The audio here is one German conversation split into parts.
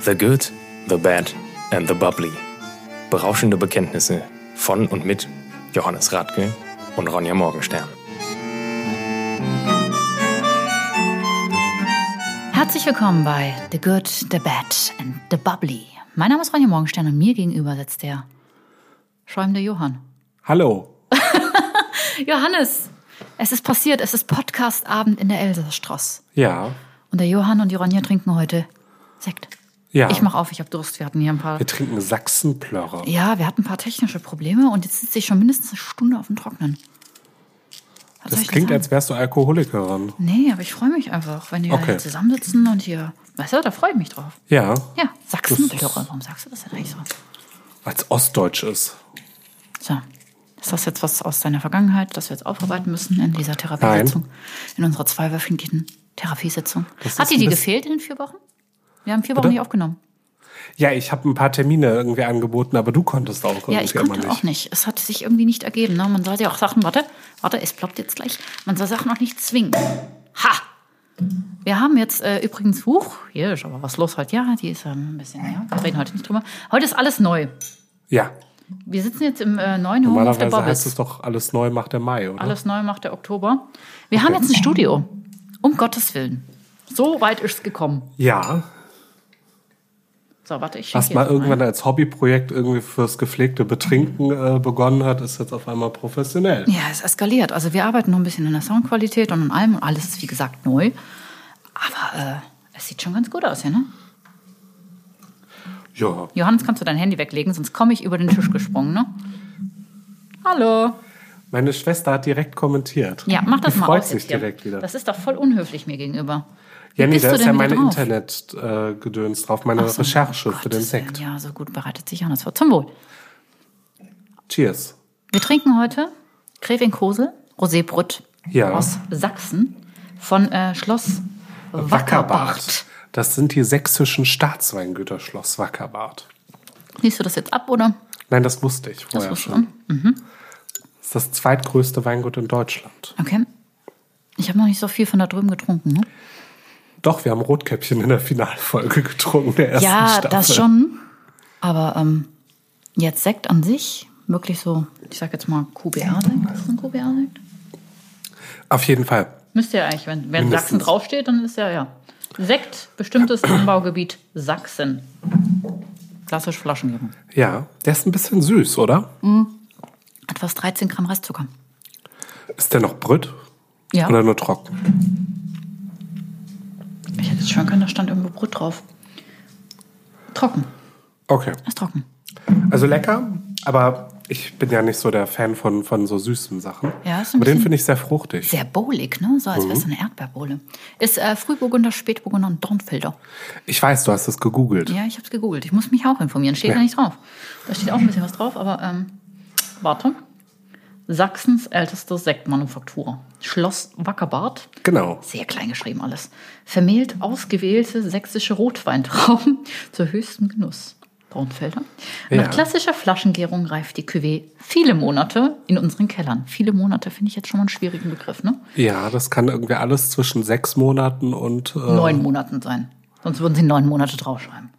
The Good, The Bad and The Bubbly. Berauschende Bekenntnisse von und mit Johannes Radke und Ronja Morgenstern. Herzlich willkommen bei The Good, The Bad and The Bubbly. Mein Name ist Ronja Morgenstern und mir gegenüber sitzt der schäumende Johann. Hallo. Johannes, es ist passiert, es ist Podcastabend in der Elsasstross. Ja. Und der Johann und die Ronja trinken heute Sekt. Ja. Ich mach auf, ich habe Durst. Wir hatten hier ein paar. Wir trinken Sachsenplörre. Ja, wir hatten ein paar technische Probleme und jetzt sitze ich schon mindestens eine Stunde auf dem Trocknen. Was soll Das ich denn klingt, sagen? als wärst du Alkoholikerin. Nee, aber ich freue mich einfach, wenn wir Okay. hier zusammensitzen und hier. Weißt du, da freue ich mich drauf. Ja, Ja. Das Sachsenplörre. ist- Warum sagst du das denn eigentlich so? Als Ostdeutsch ist. So. Ist das jetzt was aus deiner Vergangenheit, das wir jetzt aufarbeiten müssen in dieser Therapiesitzung? In unserer zweiwöchentlichen Therapiesitzung. Das Hat ist die ein dir bisschen- gefehlt in den vier Wochen? Wir haben vier Wochen Bitte? nicht aufgenommen. Ja, ich habe ein paar Termine irgendwie angeboten, aber du konntest auch Ja, irgendwie ich konnte immer auch nicht. Es hat sich irgendwie nicht ergeben. Ne? Man sollte ja auch Sachen, warte, warte, es ploppt jetzt gleich. Man soll Sachen auch nicht zwingen. Ha! Wir haben jetzt äh, übrigens, huch, hier ist aber was los heute. Ja, die ist ähm, ein bisschen, ja, wir reden heute nicht drüber. Heute ist alles neu. Ja. Wir sitzen jetzt im äh, neuen Home of the Normalerweise heißt Bubbles. es doch, alles neu macht der Mai, oder? Alles neu macht der Oktober. Wir haben jetzt ein Studio. Um Gottes Willen. So weit ist es gekommen. Ja. So, warte, ich Was schenke mal jetzt irgendwann als Hobbyprojekt irgendwie fürs gepflegte Betrinken äh, begonnen hat, ist jetzt auf einmal professionell. Ja, es eskaliert. Also wir arbeiten noch ein bisschen an der Soundqualität und an allem und alles ist wie gesagt neu. Aber äh, es sieht schon ganz gut aus hier, ne? Ja. Johannes, kannst du dein Handy weglegen, sonst komme ich über den Tisch gesprungen, ne? Hallo. Meine Schwester hat direkt kommentiert. Ja, mach das Die mal freut aus sich jetzt hier. direkt wieder. Das ist doch voll unhöflich mir gegenüber. Wie Ja, nee, bist da du denn ist ja wieder meine drauf? Internet-Gedöns drauf, meine Ach so, Recherche um für den Gottes Willen. Sekt. Ja, so gut bereitet sich Johannes vor. Zum Wohl. Cheers. Wir trinken heute Gräfin Kosel, Rosébrut Ja. aus Sachsen von äh, Schloss Wackerbach. Das sind die sächsischen Staatsweingüter Schloss Wackerbart. Liest du das jetzt ab, oder? Nein, das wusste ich Das vorher wusstest Oh schon. du. Das ist das zweitgrößte Weingut in Deutschland. Okay. Ich habe noch nicht so viel von da drüben getrunken. Ne? Doch, wir haben Rotkäppchen in der Finalfolge getrunken, der ersten Ja, Staffel. das schon. Aber ähm, jetzt Sekt an sich, wirklich so, ich sag jetzt mal QBA-Sekt. Ist das ein QBA-Sekt? Auf jeden Fall. Müsste ja eigentlich, wenn, wenn Mindestens. Sachsen draufsteht, dann ist ja, ja. Sekt, bestimmtes Anbaugebiet Sachsen. Klassisch Flaschengärung. Ja, der ist ein bisschen süß, oder? Hat fast 13 Gramm Restzucker. Ist der noch Brüt Ja. oder nur trocken? Ich hätte jetzt schwören können, da stand irgendwo Brot drauf. Trocken. Okay. Ist trocken. Also lecker, aber ich bin ja nicht so der Fan von, von so süßen Sachen. Ja, ist ein aber den bisschen- finde ich sehr fruchtig. Sehr bowlig, ne? So als wäre es so eine Erdbeerbohle. Ist äh, Frühburgunder, Spätburgunder und Dornfelder. Ich weiß, du hast es gegoogelt. Ja, ich hab's gegoogelt. Ich muss mich auch informieren. Steht Ja. da nicht drauf. Da steht auch ein bisschen was drauf, aber ähm, warte. Sachsens älteste Sektmanufaktur. Schloss Wackerbart. Genau. Sehr klein geschrieben alles. Vermählt ausgewählte sächsische Rotweintrauben zur höchsten Genuss. Braunfelder. Ja. Nach klassischer Flaschengärung reift die Cuvée viele Monate in unseren Kellern. Viele Monate finde ich jetzt schon mal einen schwierigen Begriff, ne? Ja, das kann irgendwie alles zwischen sechs Monaten und äh, Neun Monaten sein. Sonst würden sie neun Monate draufschreiben.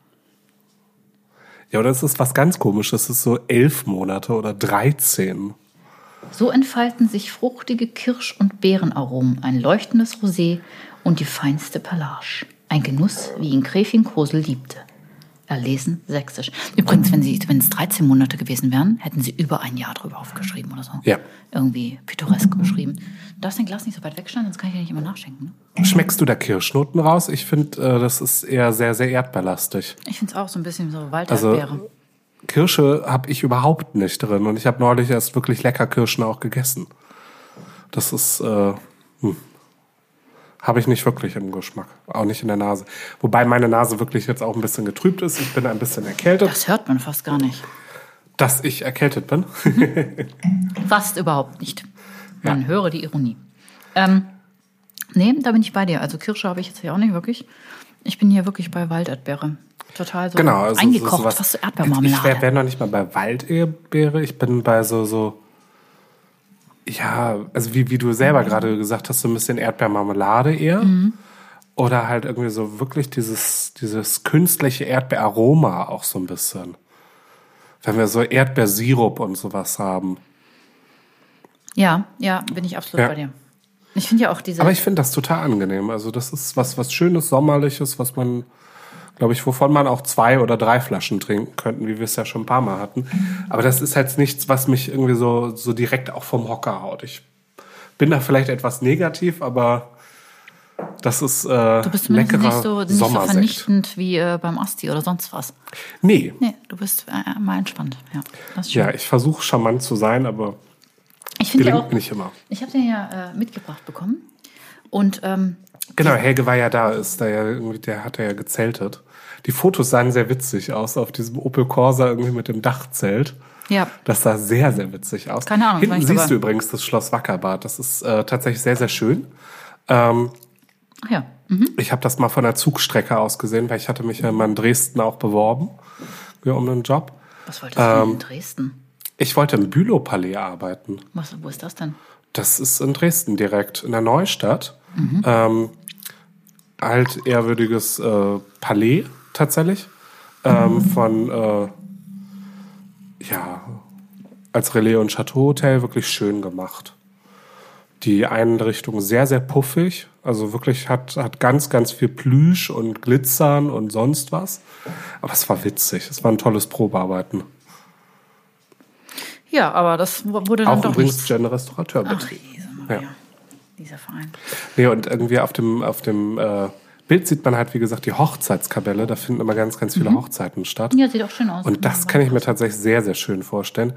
Ja, oder es ist was ganz komisches. Es ist so elf Monate oder 13. So entfalten sich fruchtige Kirsch- und Beerenaromen, ein leuchtendes Rosé und die feinste Perlage. Ein Genuss, wie ihn Gräfin Kosel liebte. Erlesen sächsisch. Übrigens, wenn, sie, wenn es 13 Monate gewesen wären, hätten sie über ein Jahr drüber aufgeschrieben oder so. Ja. Irgendwie pittoresk geschrieben. Du darfst dein Glas nicht so weit wegstellen, sonst kann ich dir nicht immer nachschenken. Ne? Schmeckst du da Kirschnoten raus? Ich finde, äh, das ist eher sehr, sehr erdbeerlastig. Ich finde es auch so ein bisschen so Also Walderdbeere. Kirsche habe ich überhaupt nicht drin. Und ich habe neulich erst wirklich lecker Kirschen auch gegessen. Das ist, äh, hm. habe ich nicht wirklich im Geschmack. Auch nicht in der Nase. Wobei meine Nase wirklich jetzt auch ein bisschen getrübt ist. Ich bin ein bisschen erkältet. das hört man fast gar nicht. Dass ich erkältet bin. Fast überhaupt nicht. Man höre die Ironie. Ähm, nee, da bin ich bei dir. Also Kirsche habe ich jetzt hier auch nicht wirklich. Ich bin hier wirklich bei Walderdbeere. Total so Genau, also eingekocht, sowas- fast so Ich wäre Erdbeermarmelade. wär noch nicht mal bei Waldebeere, ich bin bei so, so Mhm. ja, also wie, wie du selber gerade gesagt hast, so ein bisschen Erdbeermarmelade eher. Oder halt irgendwie so wirklich dieses, dieses künstliche Erdbeeraroma auch so ein bisschen. Wenn wir so Erdbeersirup und sowas haben. Ja, ja, bin ich absolut Ja. bei dir. Ich finde ja auch diese. Aber ich finde das total angenehm. Also das ist was, was Schönes, Sommerliches, was man, glaube ich, wovon man auch zwei oder drei Flaschen trinken könnten, wie wir es ja schon ein paar Mal hatten. Aber das ist halt nichts, was mich irgendwie so, so direkt auch vom Hocker haut. Ich bin da vielleicht etwas negativ, aber das ist äh, du bist zumindest leckerer nicht so, nicht so Sommersekt. vernichtend wie äh, beim Asti oder sonst was. nee, Nee, du bist äh, mal entspannt. Ja, das ist schön. ja, ich versuche charmant zu sein, aber ich finde ja gelingt auch. nicht immer. Ich habe den ja äh, mitgebracht bekommen. Und ähm, Genau, Helge war ja da, ist da ja irgendwie, der hat da ja gezeltet. Die Fotos sahen sehr witzig aus auf diesem Opel Corsa irgendwie mit dem Dachzelt. Ja. Das sah sehr, sehr witzig aus. Keine Ahnung, war Hinten ich siehst dabei. du übrigens das Schloss Wackerbad. Das ist äh, tatsächlich sehr, sehr schön. ach ja, mhm. Ich habe das mal von der Zugstrecke aus gesehen, weil ich hatte mich ja mal in Dresden auch beworben ja, um einen Job. was wolltest du Ähm. denn in Dresden? Ich wollte im Bülowpalais arbeiten. Was, wo ist das denn? Das ist in Dresden direkt, in der Neustadt. Mhm. Ähm, alt ehrwürdiges äh, Palais tatsächlich. Mhm. Ähm, Von, äh, ja, als Relais- und Chateau-Hotel wirklich schön gemacht. Die Einrichtung sehr, sehr puffig. Also wirklich hat, hat ganz, ganz viel Plüsch und Glitzern und sonst was. Aber es war witzig. Es war ein tolles Probearbeiten. Ja, aber das wu- wurde dann Auch doch übrigens nichts. Gen Restaurateur Ach, betrieben. Jesu Maria. Ja. Dieser Verein. Nee, und irgendwie auf dem, auf dem äh, Bild sieht man halt, wie gesagt, die Hochzeitskapelle. Da finden immer ganz, ganz viele Hochzeiten statt. Mhm. Ja, sieht auch schön aus. Und das kann ich mir tatsächlich sehr, sehr schön vorstellen,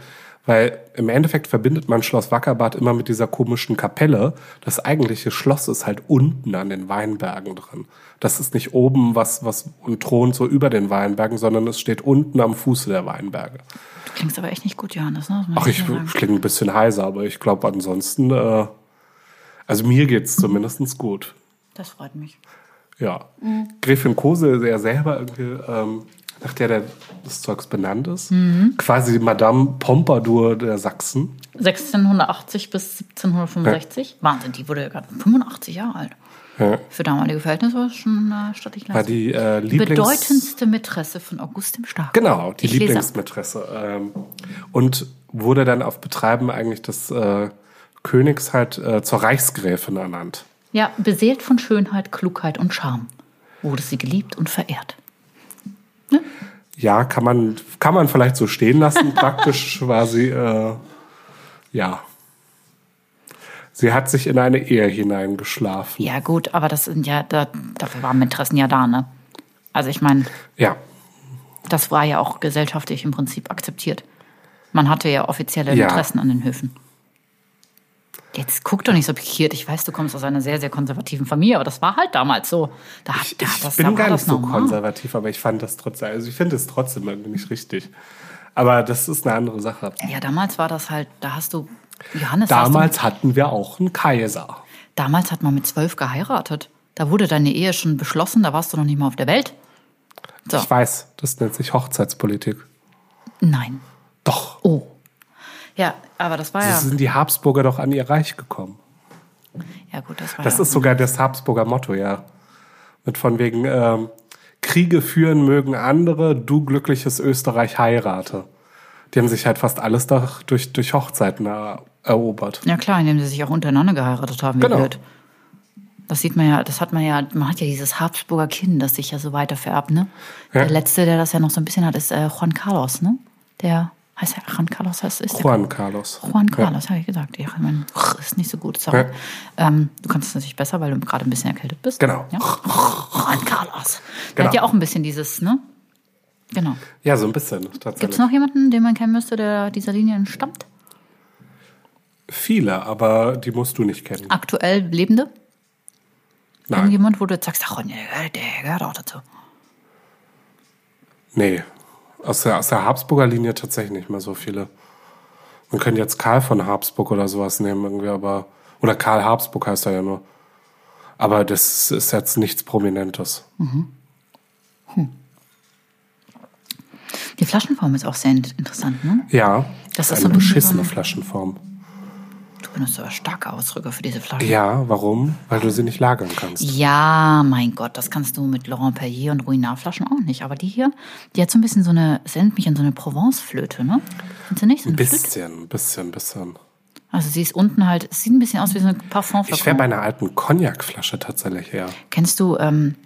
weil im Endeffekt verbindet man Schloss Wackerbad immer mit dieser komischen Kapelle. Das eigentliche Schloss ist halt unten an den Weinbergen dran. Das ist nicht oben was, was und thront so über den Weinbergen, sondern es steht unten am Fuße der Weinberge. Du klingst aber echt nicht gut, Johannes. Ne? Das muss Ach, ich dir sagen. klinge ein bisschen heiser, aber ich glaube ansonsten, äh, also mir geht's Mhm. zumindestens gut. Das freut mich. Ja. Gräfin Kose, der selber irgendwie, ähm, nach der, der das Zeugs benannt ist, quasi Madame Pompadour der Sachsen. 1680 bis 1765. Wahnsinn, die wurde ja gerade 85 Jahre alt. Ja. Für damalige Verhältnisse war das schon äh, stattlich War leistet. die äh, Die Lieblings... bedeutendste Mätresse von August dem Starken. Genau, die ich Lese. ab. Lieblingsmätresse. Ähm, und wurde dann auf Betreiben eigentlich des äh, Königs halt äh, zur Reichsgräfin ernannt. Ja, beseelt von Schönheit, Klugheit und Charme. Wurde sie geliebt und verehrt. Ja, kann man, kann man vielleicht so stehen lassen, praktisch quasi, äh, ja. Sie hat sich in eine Ehe hineingeschlafen. Ja, gut, aber das sind ja, da, dafür waren Mätressen ja da, ne? Also ich meine, Ja, das war ja auch gesellschaftlich im Prinzip akzeptiert. Man hatte ja offizielle Ja. Mätressen an den Höfen. Jetzt guck doch nicht so pikiert. Ich weiß, du kommst aus einer sehr, sehr konservativen Familie, aber das war halt damals so. Da, da, Ich das, da bin war gar das nicht so normal. konservativ, aber ich fand das trotzdem, also ich finde es trotzdem irgendwie nicht richtig. Aber das ist eine andere Sache. Ja, damals war das halt, da hast du, Johannes, hast Damals hatten wir auch einen Kaiser. du, damals hat man mit zwölf geheiratet. Da wurde deine Ehe schon beschlossen, da warst du noch nicht mal auf der Welt. So, Ich weiß, das nennt sich Hochzeitspolitik. nein. Doch, Oh. Ja, aber das war ja. so sind die Habsburger doch an ihr Reich gekommen. Ja, gut, das war Das ja. ist sogar das Habsburger Motto, ja. Mit von wegen, ähm, Kriege führen mögen andere, du glückliches Österreich heirate. Die haben sich halt fast alles doch durch, durch Hochzeiten er, erobert. Ja klar, indem sie sich auch untereinander geheiratet haben, wie Genau. blöd. Das sieht man ja, das hat man ja, man hat ja dieses Habsburger Kinn, das sich ja so weiter vererbt, ne? Ja. Der letzte, der das ja noch so ein bisschen hat, ist äh, Juan Carlos, ne? Der heißt ja Juan Carlos, heißt ist der Juan Carlos. Juan Ja. Carlos, habe ich gesagt. Ja, mein ist nicht so gut, sorry. Ähm, du kannst es natürlich besser, weil du gerade ein bisschen erkältet bist. Genau. Ja? Juan Carlos. Der Genau. hat ja auch ein bisschen dieses, ne? Genau. Ja, so ein bisschen tatsächlich. Gibt es noch jemanden, den man kennen müsste, der dieser Linie entstammt? Viele, aber die musst du nicht kennen. Aktuell Lebende? Nein. Irgendjemand, wo du jetzt sagst, ach, der gehört, der gehört auch dazu. Nee. Aus der, aus der Habsburger Linie tatsächlich nicht mehr so viele. Man könnte jetzt Karl von Habsburg oder sowas nehmen, irgendwie, aber. Oder Karl Habsburg heißt er ja nur. Aber das ist jetzt nichts Prominentes. Die Flaschenform ist auch sehr in- interessant, ne? Ja. Das ist so eine ein bisschen beschissene so ein- Flaschenform. Du benutzt aber starke Ausdrücke für diese Flasche. Ja, warum? Weil du sie nicht lagern kannst. Ja, mein Gott, das kannst du mit Laurent Perrier und Ruinarflaschen auch nicht. Aber die hier, die hat so ein bisschen so eine, es erinnert mich an so eine Provence-Flöte, ne? Findest du nicht? So Ein eine Flöte? bisschen, bisschen, bisschen. Also sie ist unten halt, es sieht ein bisschen aus wie so eine Ich wäre Parfumflakon. bei einer alten Cognac-Flasche tatsächlich her. Kennst du ähm,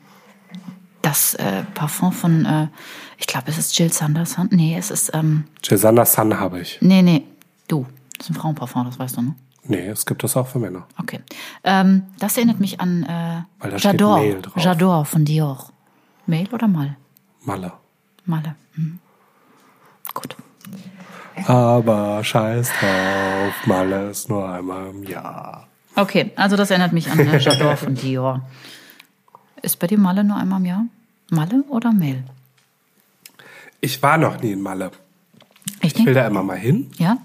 das äh, Parfum von, äh, ich glaube, es ist Jill Sanders Hand? Nee, es ist, ähm, Gisanda Sun habe ich. nee, nee, du. Das ist ein Frauenparfum, das weißt du, ne? Nee, es gibt das auch für Männer. Okay. Ähm, das erinnert mich an äh, Weil da steht J'adore. Mail drauf. J'adore von Dior. Mail oder Mal? Malle. Malle. Mhm. Gut. Aber scheiß drauf, Malle ist nur einmal im Jahr. Okay, also das erinnert mich an äh, J'adore von Dior. Ist bei dir Malle nur einmal im Jahr? Malle oder Mail? Ich war noch nie in Malle. Ich Ich will denke, da immer mal hin. ja.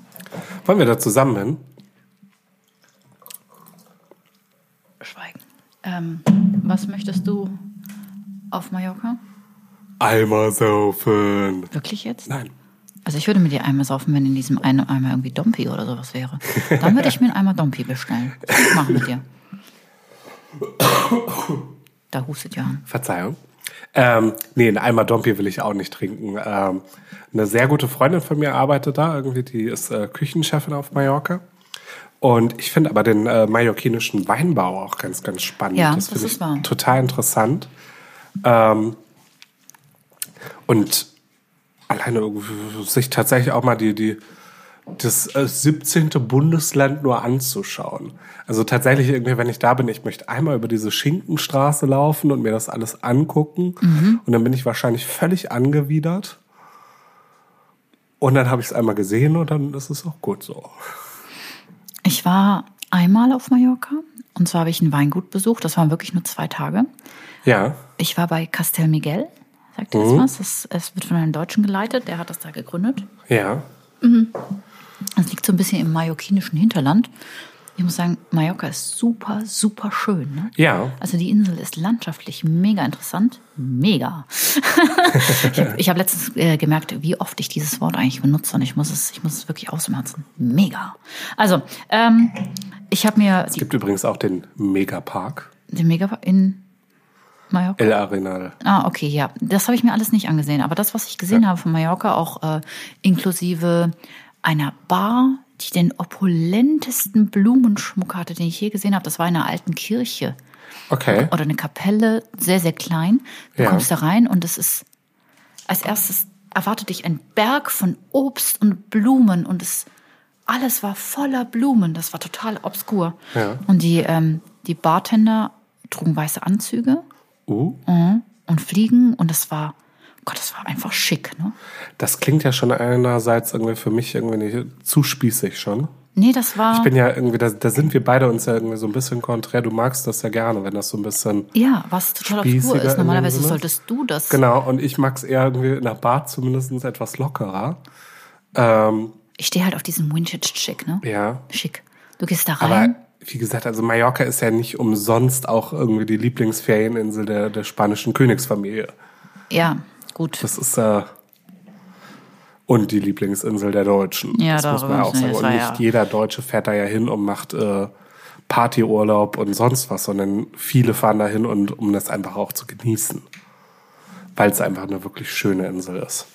Wollen wir da zusammen hin? Schweigen. Ähm, was möchtest du auf Mallorca? Eimer saufen. Wirklich jetzt? Nein. Also ich würde mir die Eimer saufen, wenn in diesem einen Eimer irgendwie Dompi oder sowas wäre. Dann würde ich mir einen Eimer Dompi bestellen. Das machen wir dir. Da hustet Johann. Verzeihung. Ähm, nee, einen Eimer Dompi will ich auch nicht trinken. Ähm, eine sehr gute Freundin von mir arbeitet da, irgendwie, die ist äh, Küchenchefin auf Mallorca. Und ich finde aber den äh, mallorquinischen Weinbau auch ganz, ganz spannend. Ja, das finde ist ich wahr. total interessant. Ähm, und alleine irgendwie sich tatsächlich auch mal die, die, das äh, 17. Bundesland nur anzuschauen. Also tatsächlich irgendwie, wenn ich da bin, ich möchte einmal über diese Schinkenstraße laufen und mir das alles angucken. Und dann bin ich wahrscheinlich völlig angewidert. Und dann habe ich es einmal gesehen und dann ist es auch gut so. Ich war einmal auf Mallorca und zwar habe ich ein Weingut besucht. Das waren wirklich nur zwei Tage. Ja, Ich war bei Castel Miguel. Sagt ihr das was? Das, es wird von einem Deutschen geleitet. Der hat das da gegründet. ja. Es liegt so ein bisschen im mallorquinischen Hinterland. Ich muss sagen, Mallorca ist super, super schön. Ne? Ja. Also die Insel ist landschaftlich mega interessant. Mega. ich habe ich hab letztens äh, gemerkt, wie oft ich dieses Wort eigentlich benutze und ich muss es, ich muss es wirklich ausmerzen. Mega. Also, ähm, ich habe mir die, Gibt übrigens auch den Megapark, den Mega in Mallorca. El Arenal. Ah, okay, ja. Das habe ich mir alles nicht angesehen. Aber das, was ich gesehen habe von Mallorca, auch äh, inklusive einer Bar, die den opulentesten Blumenschmuck hatte, den ich je gesehen habe. Das war in einer alten Kirche Okay. oder eine Kapelle, sehr, sehr klein. Du Ja. kommst da rein und es ist als erstes erwartet dich ein Berg von Obst und Blumen und es alles war voller Blumen. Das war total obskur. Ja. Und die, ähm, die Bartender trugen weiße Anzüge Uh, Mhm. und fliegen und das war, Gott, das war einfach schick, ne? das klingt ja schon einerseits irgendwie für mich irgendwie nicht, zu spießig schon. Nee, das war, Ich bin ja irgendwie, da, da sind wir beide uns ja irgendwie so ein bisschen konträr. Du magst das ja gerne, wenn das so ein bisschen. ja, was total obskur spießiger in ist. dem Normalerweise Sinne. solltest du das. Genau, und ich mag es eher irgendwie in der Bar zumindest etwas lockerer. Ähm, Ich stehe halt auf diesen Winchester-Schick, ne? ja. Schick. Du gehst da Aber rein. wie gesagt, also Mallorca ist ja nicht umsonst auch irgendwie die Lieblingsferieninsel der, der spanischen Königsfamilie. ja, gut. Das ist äh, und die Lieblingsinsel der Deutschen. Ja, das muss darüber man auch müssen wir- sagen. das Und war nicht ja- jeder Deutsche fährt da ja hin und macht äh, Partyurlaub und sonst was, sondern viele fahren da hin und um das einfach auch zu genießen. Weil es einfach eine wirklich schöne Insel ist.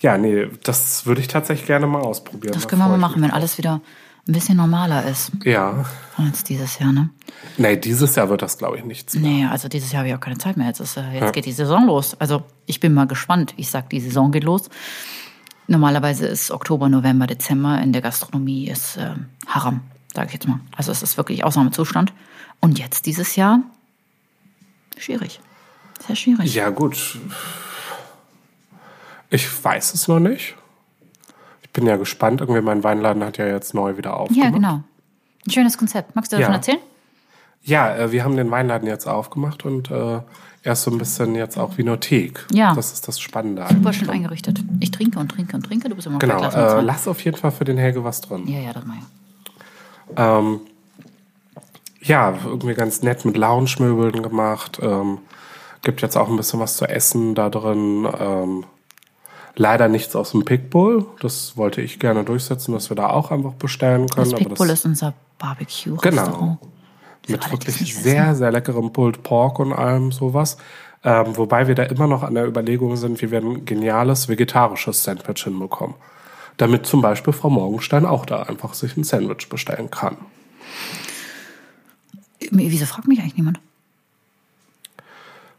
Ja, nee, das würde ich tatsächlich gerne mal ausprobieren. Das Da können wir mal freue ich machen, mich wenn alles wieder ein bisschen normaler ist drauf. Ja. als dieses Jahr, ne? Nee, dieses Jahr wird das, glaube ich, nichts. Nee, also dieses Jahr habe ich auch keine Zeit mehr. Jetzt, ist, äh, jetzt geht die Saison los. Also ich bin mal gespannt. Ich sag, die Saison geht los. Normalerweise ist Oktober, November, Dezember in der Gastronomie ist äh, Haram, sage ich jetzt mal. Also es ist wirklich Ausnahmezustand. Und jetzt dieses Jahr schwierig, sehr schwierig. Ja, gut. Ich weiß es noch nicht. Ich bin ja gespannt. Irgendwie mein Weinladen hat ja jetzt neu wieder Ja, aufgemacht. genau. Ein schönes Konzept. Magst du Ja. davon erzählen? Ja, äh, wir haben den Weinladen jetzt aufgemacht und äh, erst so ein bisschen jetzt auch Vinothek. Ja. Das ist das Spannende. Super eigentlich. schön eingerichtet. Ich trinke und trinke und trinke. Du bist immer Genau. gleich lass uns Äh, mal. lass auf jeden Fall für den Helge was drin. Ja, ja, das mal. Ähm, ja, irgendwie ganz nett mit Lounge-Möbeln gemacht. Ähm, gibt jetzt auch ein bisschen was zu essen da drin. Ähm, Leider nichts aus dem Pickbull. Das wollte ich gerne durchsetzen, dass wir da auch einfach bestellen können. Das aber Big Bull das ist unser Barbecue-Restaurant. alle, Genau. mit die es wirklich nicht sehr, sehr leckerem Pulled Pork und allem sowas. Ähm, wobei wir da immer noch an der Überlegung sind, wie wir ein geniales vegetarisches Sandwich hinbekommen. Damit zum Beispiel Frau Morgenstein auch da einfach sich ein Sandwich bestellen kann. Wieso fragt mich eigentlich niemand?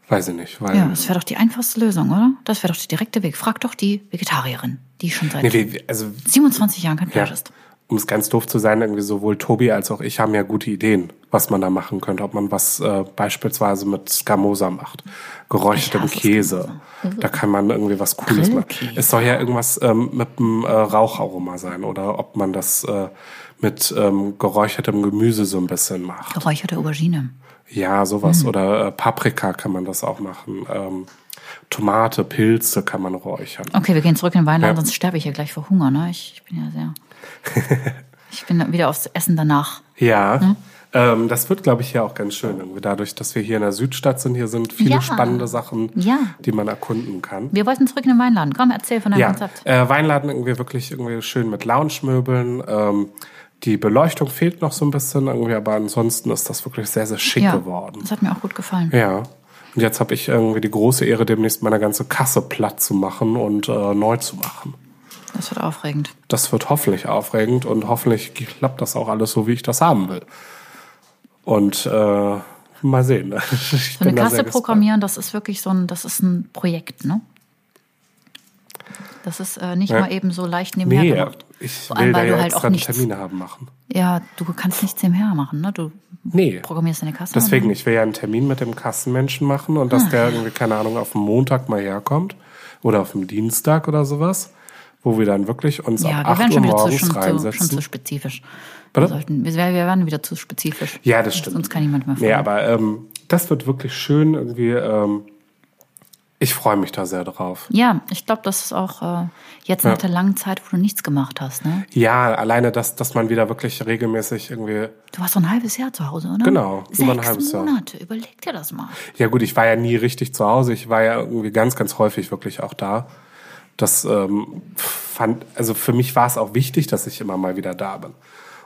Weiß ich nicht, weil Ja, das wäre doch die einfachste Lösung, oder? Das wäre doch der direkte Weg. Frag doch die Vegetarierin, die schon seit Nee, wir, also, 27 Jahren kein Fleisch ja, isst. um es ganz doof zu sein, irgendwie sowohl Tobi als auch ich haben ja gute Ideen, was man da machen könnte. Ob man was äh, beispielsweise mit Scamosa macht, geräuchertem Ich hasse Käse. Mhm. Da kann man irgendwie was Cooles machen. Grillkäse. Es soll ja irgendwas ähm, mit einem äh, Raucharoma sein oder ob man das äh, mit ähm, geräuchertem Gemüse so ein bisschen macht. Geräucherte Aubergine. Ja, sowas. Mhm. Oder äh, Paprika kann man das auch machen. Ähm, Tomate, Pilze kann man räuchern. Okay, wir gehen zurück in den Weinladen, Ja. sonst sterbe ich hier gleich vor Hunger, ne? Ich, ich bin ja sehr. ich bin wieder aufs Essen danach. Ja. Hm? Ähm, das wird, glaube ich, hier auch ganz schön. Irgendwie dadurch, dass wir hier in der Südstadt sind, hier sind viele Ja. spannende Sachen, Ja. die man erkunden kann. Wir wollten zurück in den Weinladen. Komm, erzähl von deinem Ja, Konzept. äh, Weinladen irgendwie wirklich irgendwie schön mit Lounge-Möbeln. Ähm, die Beleuchtung fehlt noch so ein bisschen irgendwie, aber ansonsten ist das wirklich sehr, sehr schick geworden. Das hat mir auch gut gefallen. Ja. Und jetzt habe ich irgendwie die große Ehre, demnächst meine ganze Kasse platt zu machen und äh, neu zu machen. Das wird aufregend. Das wird hoffentlich aufregend und hoffentlich klappt das auch alles so, wie ich das haben will. Und äh, mal sehen. Ich So eine bin da sehr Kasse gespannt. programmieren, das ist wirklich so ein, das ist ein Projekt, ne? Das ist äh, nicht Ja. mal eben so leicht nebenher Nee, gemacht. ich Vor will allem, da weil du ja halt auch extra die nichts. Termine haben machen. Ja, du kannst nichts nebenher machen, ne? Du Nee. programmierst deine Kasse. Deswegen, ich will ja einen Termin mit dem Kassenmenschen machen und Ah. dass der irgendwie, keine Ahnung, auf dem Montag mal herkommt oder auf dem Dienstag oder sowas, wo wir dann wirklich uns Ja, ab wir 8 werden Uhr schon wieder zu, schon morgens zu, schon reinsetzen. zu spezifisch. Bitte? Wir, sollten, wir, wir werden wieder zu spezifisch. Ja, das stimmt. Sonst kann niemand mehr Nee, fragen. aber ähm, das wird wirklich schön irgendwie. Ähm, ich freue mich da sehr drauf. Ja, ich glaube, das ist auch äh, jetzt nach Ja. der langen Zeit, wo du nichts gemacht hast, ne? Ja, alleine das, dass man wieder wirklich regelmäßig irgendwie. Du warst so ein halbes Jahr zu Hause, oder? Genau, Sechs über ein halbes Jahr. Monate, überleg dir das mal. Ja gut, ich war ja nie richtig zu Hause. Ich war ja irgendwie ganz, ganz häufig wirklich auch da. Das ähm, fand, also für mich war es auch wichtig, dass ich immer mal wieder da bin.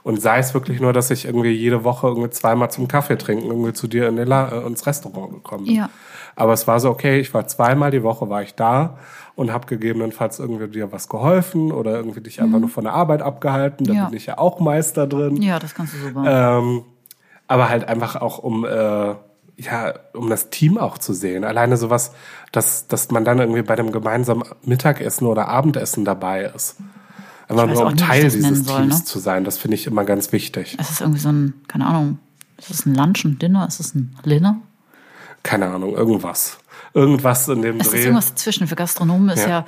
Und sei es wirklich nur, dass ich irgendwie jede Woche irgendwie zweimal zum Kaffee trinken irgendwie zu dir in den La äh, ins Restaurant gekommen bin. Ja. Aber es war so, okay, ich war zweimal die Woche war ich da und habe gegebenenfalls irgendwie dir was geholfen oder irgendwie dich einfach nur von der Arbeit abgehalten. Da Mhm. Ja. bin ich ja auch Meister drin. Ja, das kannst du super. Ähm, aber halt einfach auch um, äh, ja, um das Team auch zu sehen. Alleine sowas, dass, dass man dann irgendwie bei dem gemeinsamen Mittagessen oder Abendessen dabei ist. Einfach weiß nur auch um nicht, wie ich Teil das nennen dieses soll, Teams ne? zu sein, das finde ich immer ganz wichtig. Es ist irgendwie so ein, keine Ahnung, ist es ein Lunch, ein Dinner, ist es ein Dinner? Keine Ahnung, irgendwas. Irgendwas in dem Es ist Dreh. irgendwas dazwischen. Für Gastronomen ist ja, Ja.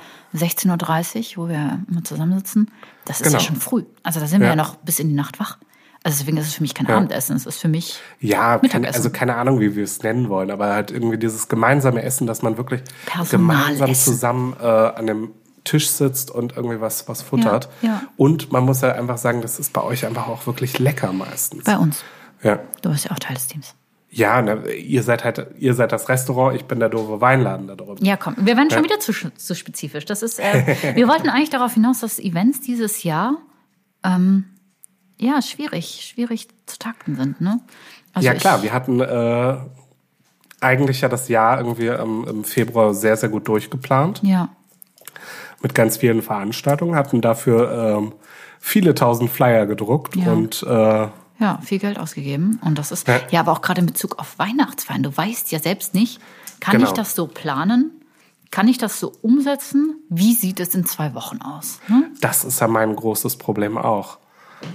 16.30 Uhr, wo wir immer zusammensitzen. Das ist Genau. ja schon früh. Also da sind wir Ja. ja noch bis in die Nacht wach. Also deswegen ist es für mich kein Ja. Abendessen. Es ist für mich, Ja, keine, Mittagessen. also keine Ahnung, wie wir es nennen wollen, aber halt irgendwie dieses gemeinsame Essen, dass man wirklich Personalessen. gemeinsam zusammen äh, an dem Tisch sitzt und irgendwie was, was futtert. Ja, ja. Und man muss ja einfach sagen, das ist bei euch einfach auch wirklich lecker meistens. bei uns. Ja, Du bist ja auch Teil des Teams. ja ne, ihr seid halt, ihr seid das Restaurant, ich bin der doofe Weinladen da drüben. Ja, komm, wir werden schon wieder zu, sch- zu spezifisch. Das ist, äh, wir wollten eigentlich darauf hinaus, dass Events dieses Jahr ähm, ja schwierig, schwierig zu takten sind. Ne? Also ja klar, ich- wir hatten äh, eigentlich ja das Jahr irgendwie ähm, im Februar sehr, sehr gut durchgeplant. ja, mit ganz vielen Veranstaltungen, hatten dafür ähm, viele tausend Flyer gedruckt Ja. und äh, Ja, viel Geld ausgegeben. Und das ist ja, Ja. aber auch gerade in Bezug auf Weihnachtsfeiern. Du weißt ja selbst nicht, kann Genau. ich das so planen? Kann ich das so umsetzen? Wie sieht es in zwei Wochen aus? Hm? das ist ja mein großes Problem auch.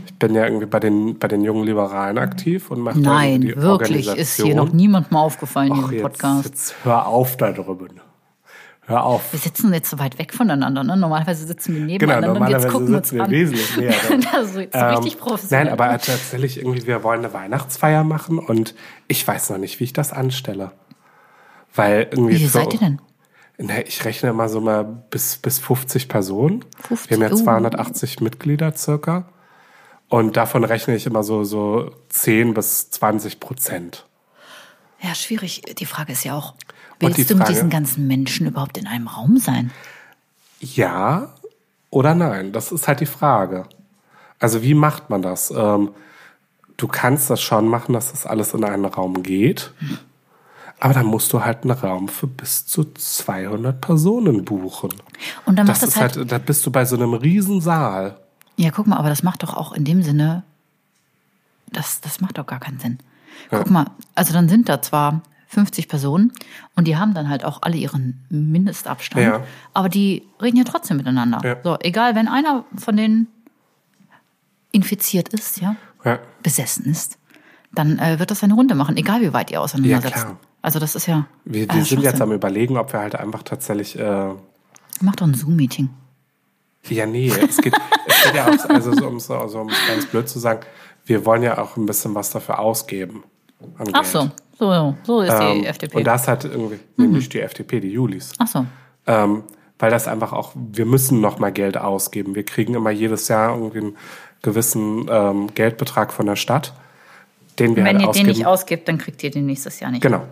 Ich bin ja irgendwie bei den, bei den jungen Liberalen aktiv und mache da Nein, irgendwie die wirklich ist hier noch Organisation. niemand mal aufgefallen in Ach, diesem jetzt, Podcast. jetzt hör auf da drüben. Hör auf. Wir sitzen jetzt so weit weg voneinander. Ne? Normalerweise sitzen wir Genau, nebeneinander und jetzt normalerweise gucken wir uns sitzen wir an. wesentlich näher. Ähm, das ist jetzt so richtig professionell. Nein, aber tatsächlich irgendwie, wir wollen eine Weihnachtsfeier machen und ich weiß noch nicht, wie ich das anstelle. Weil irgendwie. Wie viel für- seid ihr denn? Na, ich rechne immer so mal bis, bis 50 Personen. 50, Wir haben ja oh. 280 Mitglieder circa. Und davon rechne ich immer so, so 10 bis 20 Prozent. Ja, schwierig. Die Frage ist ja auch, Und die willst du mit Frage- diesen ganzen Menschen überhaupt in einem Raum sein? Ja oder nein? Das ist halt die Frage. Also wie macht man das? Ähm, du kannst das schon machen, dass das alles in einen Raum geht. Aber dann musst du halt einen Raum für bis zu 200 Personen buchen. Und dann Das macht das ist halt, halt. da bist du bei so einem riesen Saal. Ja, guck mal, aber das macht doch auch in dem Sinne. Das, das macht doch gar keinen Sinn. Guck mal, also dann sind da zwar 50 Personen und die haben dann halt auch alle ihren Mindestabstand, Ja. aber die reden ja trotzdem miteinander. Ja. So, egal, wenn einer von denen infiziert ist, ja, Ja. besessen ist, dann äh, wird das eine Runde machen, egal wie weit ihr auseinandersetzt. Ja, klar. Also das ist ja. Wir, Ah, wir sind jetzt Schwachsinn. am überlegen, ob wir halt einfach tatsächlich äh, Mach doch ein Zoom-Meeting. Ja, nee, es geht, es geht ja auch, also so, um so, also, um es ganz blöd zu sagen, wir wollen ja auch ein bisschen was dafür ausgeben. an Ach Geld. so, so, so ist Ähm, die FDP. Und das hat irgendwie, Mhm. nämlich die FDP, die Julis. Ach so. Ähm, weil das einfach auch, wir müssen nochmal Geld ausgeben. Wir kriegen immer jedes Jahr irgendwie einen gewissen ähm, Geldbetrag von der Stadt, den Wenn wir halt ihr den ausgeben. nicht ausgibt, dann kriegt ihr den nächstes Jahr nicht. genau.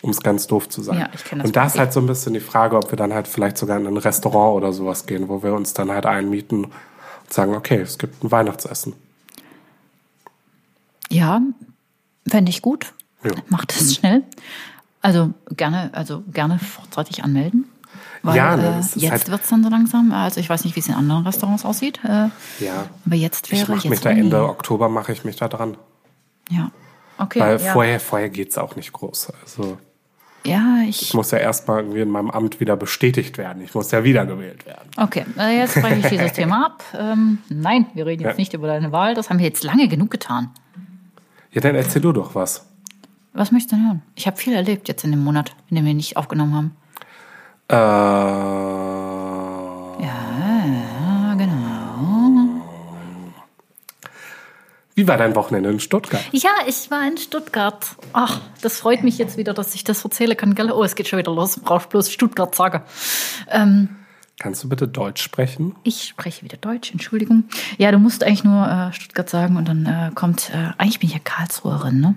Um es ganz doof zu sagen. Ja, ich kenn das und da ist Prinzip. halt so ein bisschen die Frage, ob wir dann halt vielleicht sogar in ein Restaurant oder sowas gehen, wo wir uns dann halt einmieten und sagen, okay, es gibt ein Weihnachtsessen. Ja, fände ich gut. Ja. Hm. Macht es schnell. Also gerne, also gerne vorzeitig anmelden. Weil Ja, ne, äh, das ist jetzt halt- wird es dann so langsam. Also ich weiß nicht, wie es in anderen Restaurants aussieht. Äh, Ja. aber jetzt Ich wäre mache mich jetzt. da Uni. Ende Oktober mache ich mich da dran. Ja. Okay. Weil ja. vorher, vorher geht's auch nicht groß. Also ja, ich. ich muss ja erstmal irgendwie in meinem Amt wieder bestätigt werden. Ich muss ja wiedergewählt werden. Okay, äh, jetzt breche ich dieses Thema ab. Ähm, nein, wir reden jetzt Ja. nicht über deine Wahl. Das haben wir jetzt lange genug getan. Ja, dann erzähl du doch was. Was möchtest du denn hören? Ich habe viel erlebt jetzt in dem Monat, in dem wir nicht aufgenommen haben. Äh, ja. Ah, genau. Wie war dein Wochenende in Stuttgart? Ja, ich war in Stuttgart. Ach, das freut mich jetzt wieder, dass ich das erzählen kann. Gell? Oh, es geht schon wieder los. Brauchst bloß Stuttgart sagen. Ähm, Kannst du bitte Deutsch sprechen? ich spreche wieder Deutsch, Entschuldigung. Ja, du musst eigentlich nur äh, Stuttgart sagen und dann äh, kommt. Äh, eigentlich bin ich ja Karlsruherin, ne?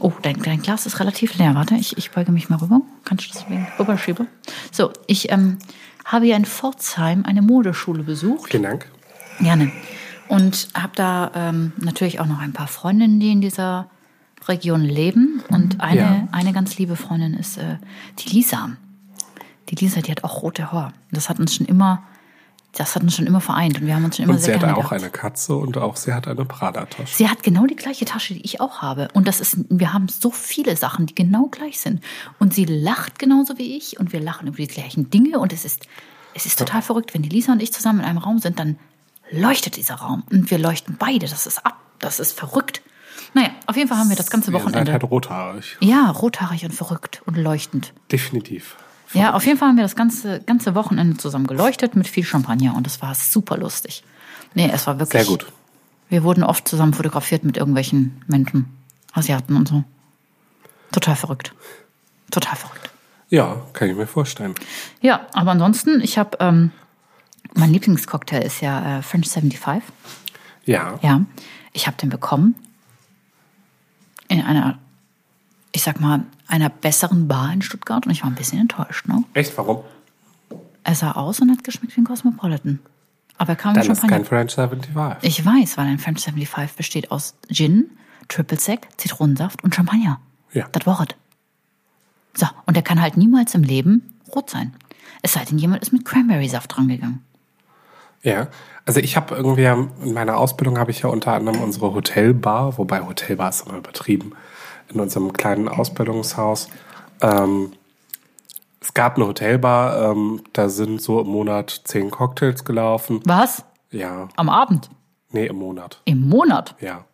Oh, dein, dein Glas ist relativ leer. Warte, ich, ich beuge mich mal rüber. Kannst du das wegen rüberschieben? So, ich ähm, habe ja in Pforzheim eine Modeschule besucht. Vielen Dank. Gerne. Und habe da ähm, natürlich auch noch ein paar Freundinnen, die in dieser Region leben. Und eine, Mhm. Ja. eine ganz liebe Freundin ist äh, die Lisa. Die Lisa, die hat auch rote Haar. Das hat uns schon immer, das hat uns schon immer vereint und wir haben uns schon immer Und sie sehr hat gerne auch gehabt. eine Katze und auch sie hat eine Prada-Tasche. Sie hat genau die gleiche Tasche, die ich auch habe. Und das ist, wir haben so viele Sachen, die genau gleich sind. Und sie lacht genauso wie ich und wir lachen über die gleichen Dinge. Und es ist, es ist total verrückt, wenn die Lisa und ich zusammen in einem Raum sind, dann leuchtet dieser Raum. Und wir leuchten beide. Das ist ab, das ist verrückt. Naja, auf jeden Fall haben wir das ganze Ihr seid Wochenende. halt rothaarig. Ja, rothaarig und verrückt und leuchtend. Definitiv. Ja, auf jeden Fall haben wir das ganze, ganze Wochenende zusammen geleuchtet mit viel Champagner und das war super lustig. Nee, es war wirklich. Sehr gut. Wir wurden oft zusammen fotografiert mit irgendwelchen Menschen, Asiaten und so. Total verrückt. Total verrückt. Ja, kann ich mir vorstellen. Ja, aber ansonsten, ich habe, ähm, mein Lieblingscocktail ist ja äh, French 75. Ja. Ja, ich habe den bekommen in einer, ich sag mal, einer besseren Bar in Stuttgart und ich war ein bisschen enttäuscht, ne? Echt, warum? Er sah aus und hat geschmeckt wie ein Cosmopolitan. Aber er kam mit Dann ist kein Champagner. French 75. Ich weiß, weil ein French 75 besteht aus Gin, Triple Sec, Zitronensaft und Champagner. Ja. Das Wort. So, und er kann halt niemals im Leben rot sein. Es sei denn, jemand ist mit Cranberry-Saft rangegangen. Ja, also ich habe irgendwie ähm, in meiner Ausbildung habe ich ja unter anderem unsere Hotelbar, wobei Hotelbar ist immer übertrieben, in unserem kleinen Ausbildungshaus. Ähm, es gab eine Hotelbar, ähm, da sind so im Monat zehn Cocktails gelaufen. Was? Ja, Am Abend? nee, im Monat. Im Monat? Ja.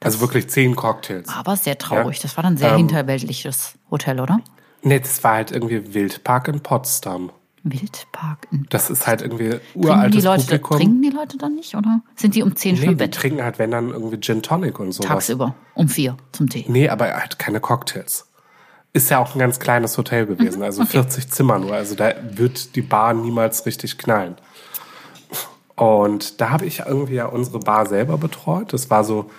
Also wirklich zehn Cocktails. Aber sehr traurig. Ja. Das war dann sehr Ähm. hinterwäldliches Hotel, oder? Nee, das war halt irgendwie Wildpark in Potsdam. Wildpark. In Das ist halt irgendwie trinken, die uraltes Leute, da, Publikum. trinken die Leute dann nicht, oder? Sind die um 10 schon nee, im die Bett? trinken halt, wenn dann irgendwie Gin Tonic und sowas. Hm. Tagsüber um 4 zum Tee. Nee, aber er hat keine Cocktails. Ist ja auch ein ganz kleines Hotel gewesen, also 40 Zimmer nur. Also da wird die Bar niemals richtig knallen. Und da habe ich irgendwie ja unsere Bar selber betreut. Das war so,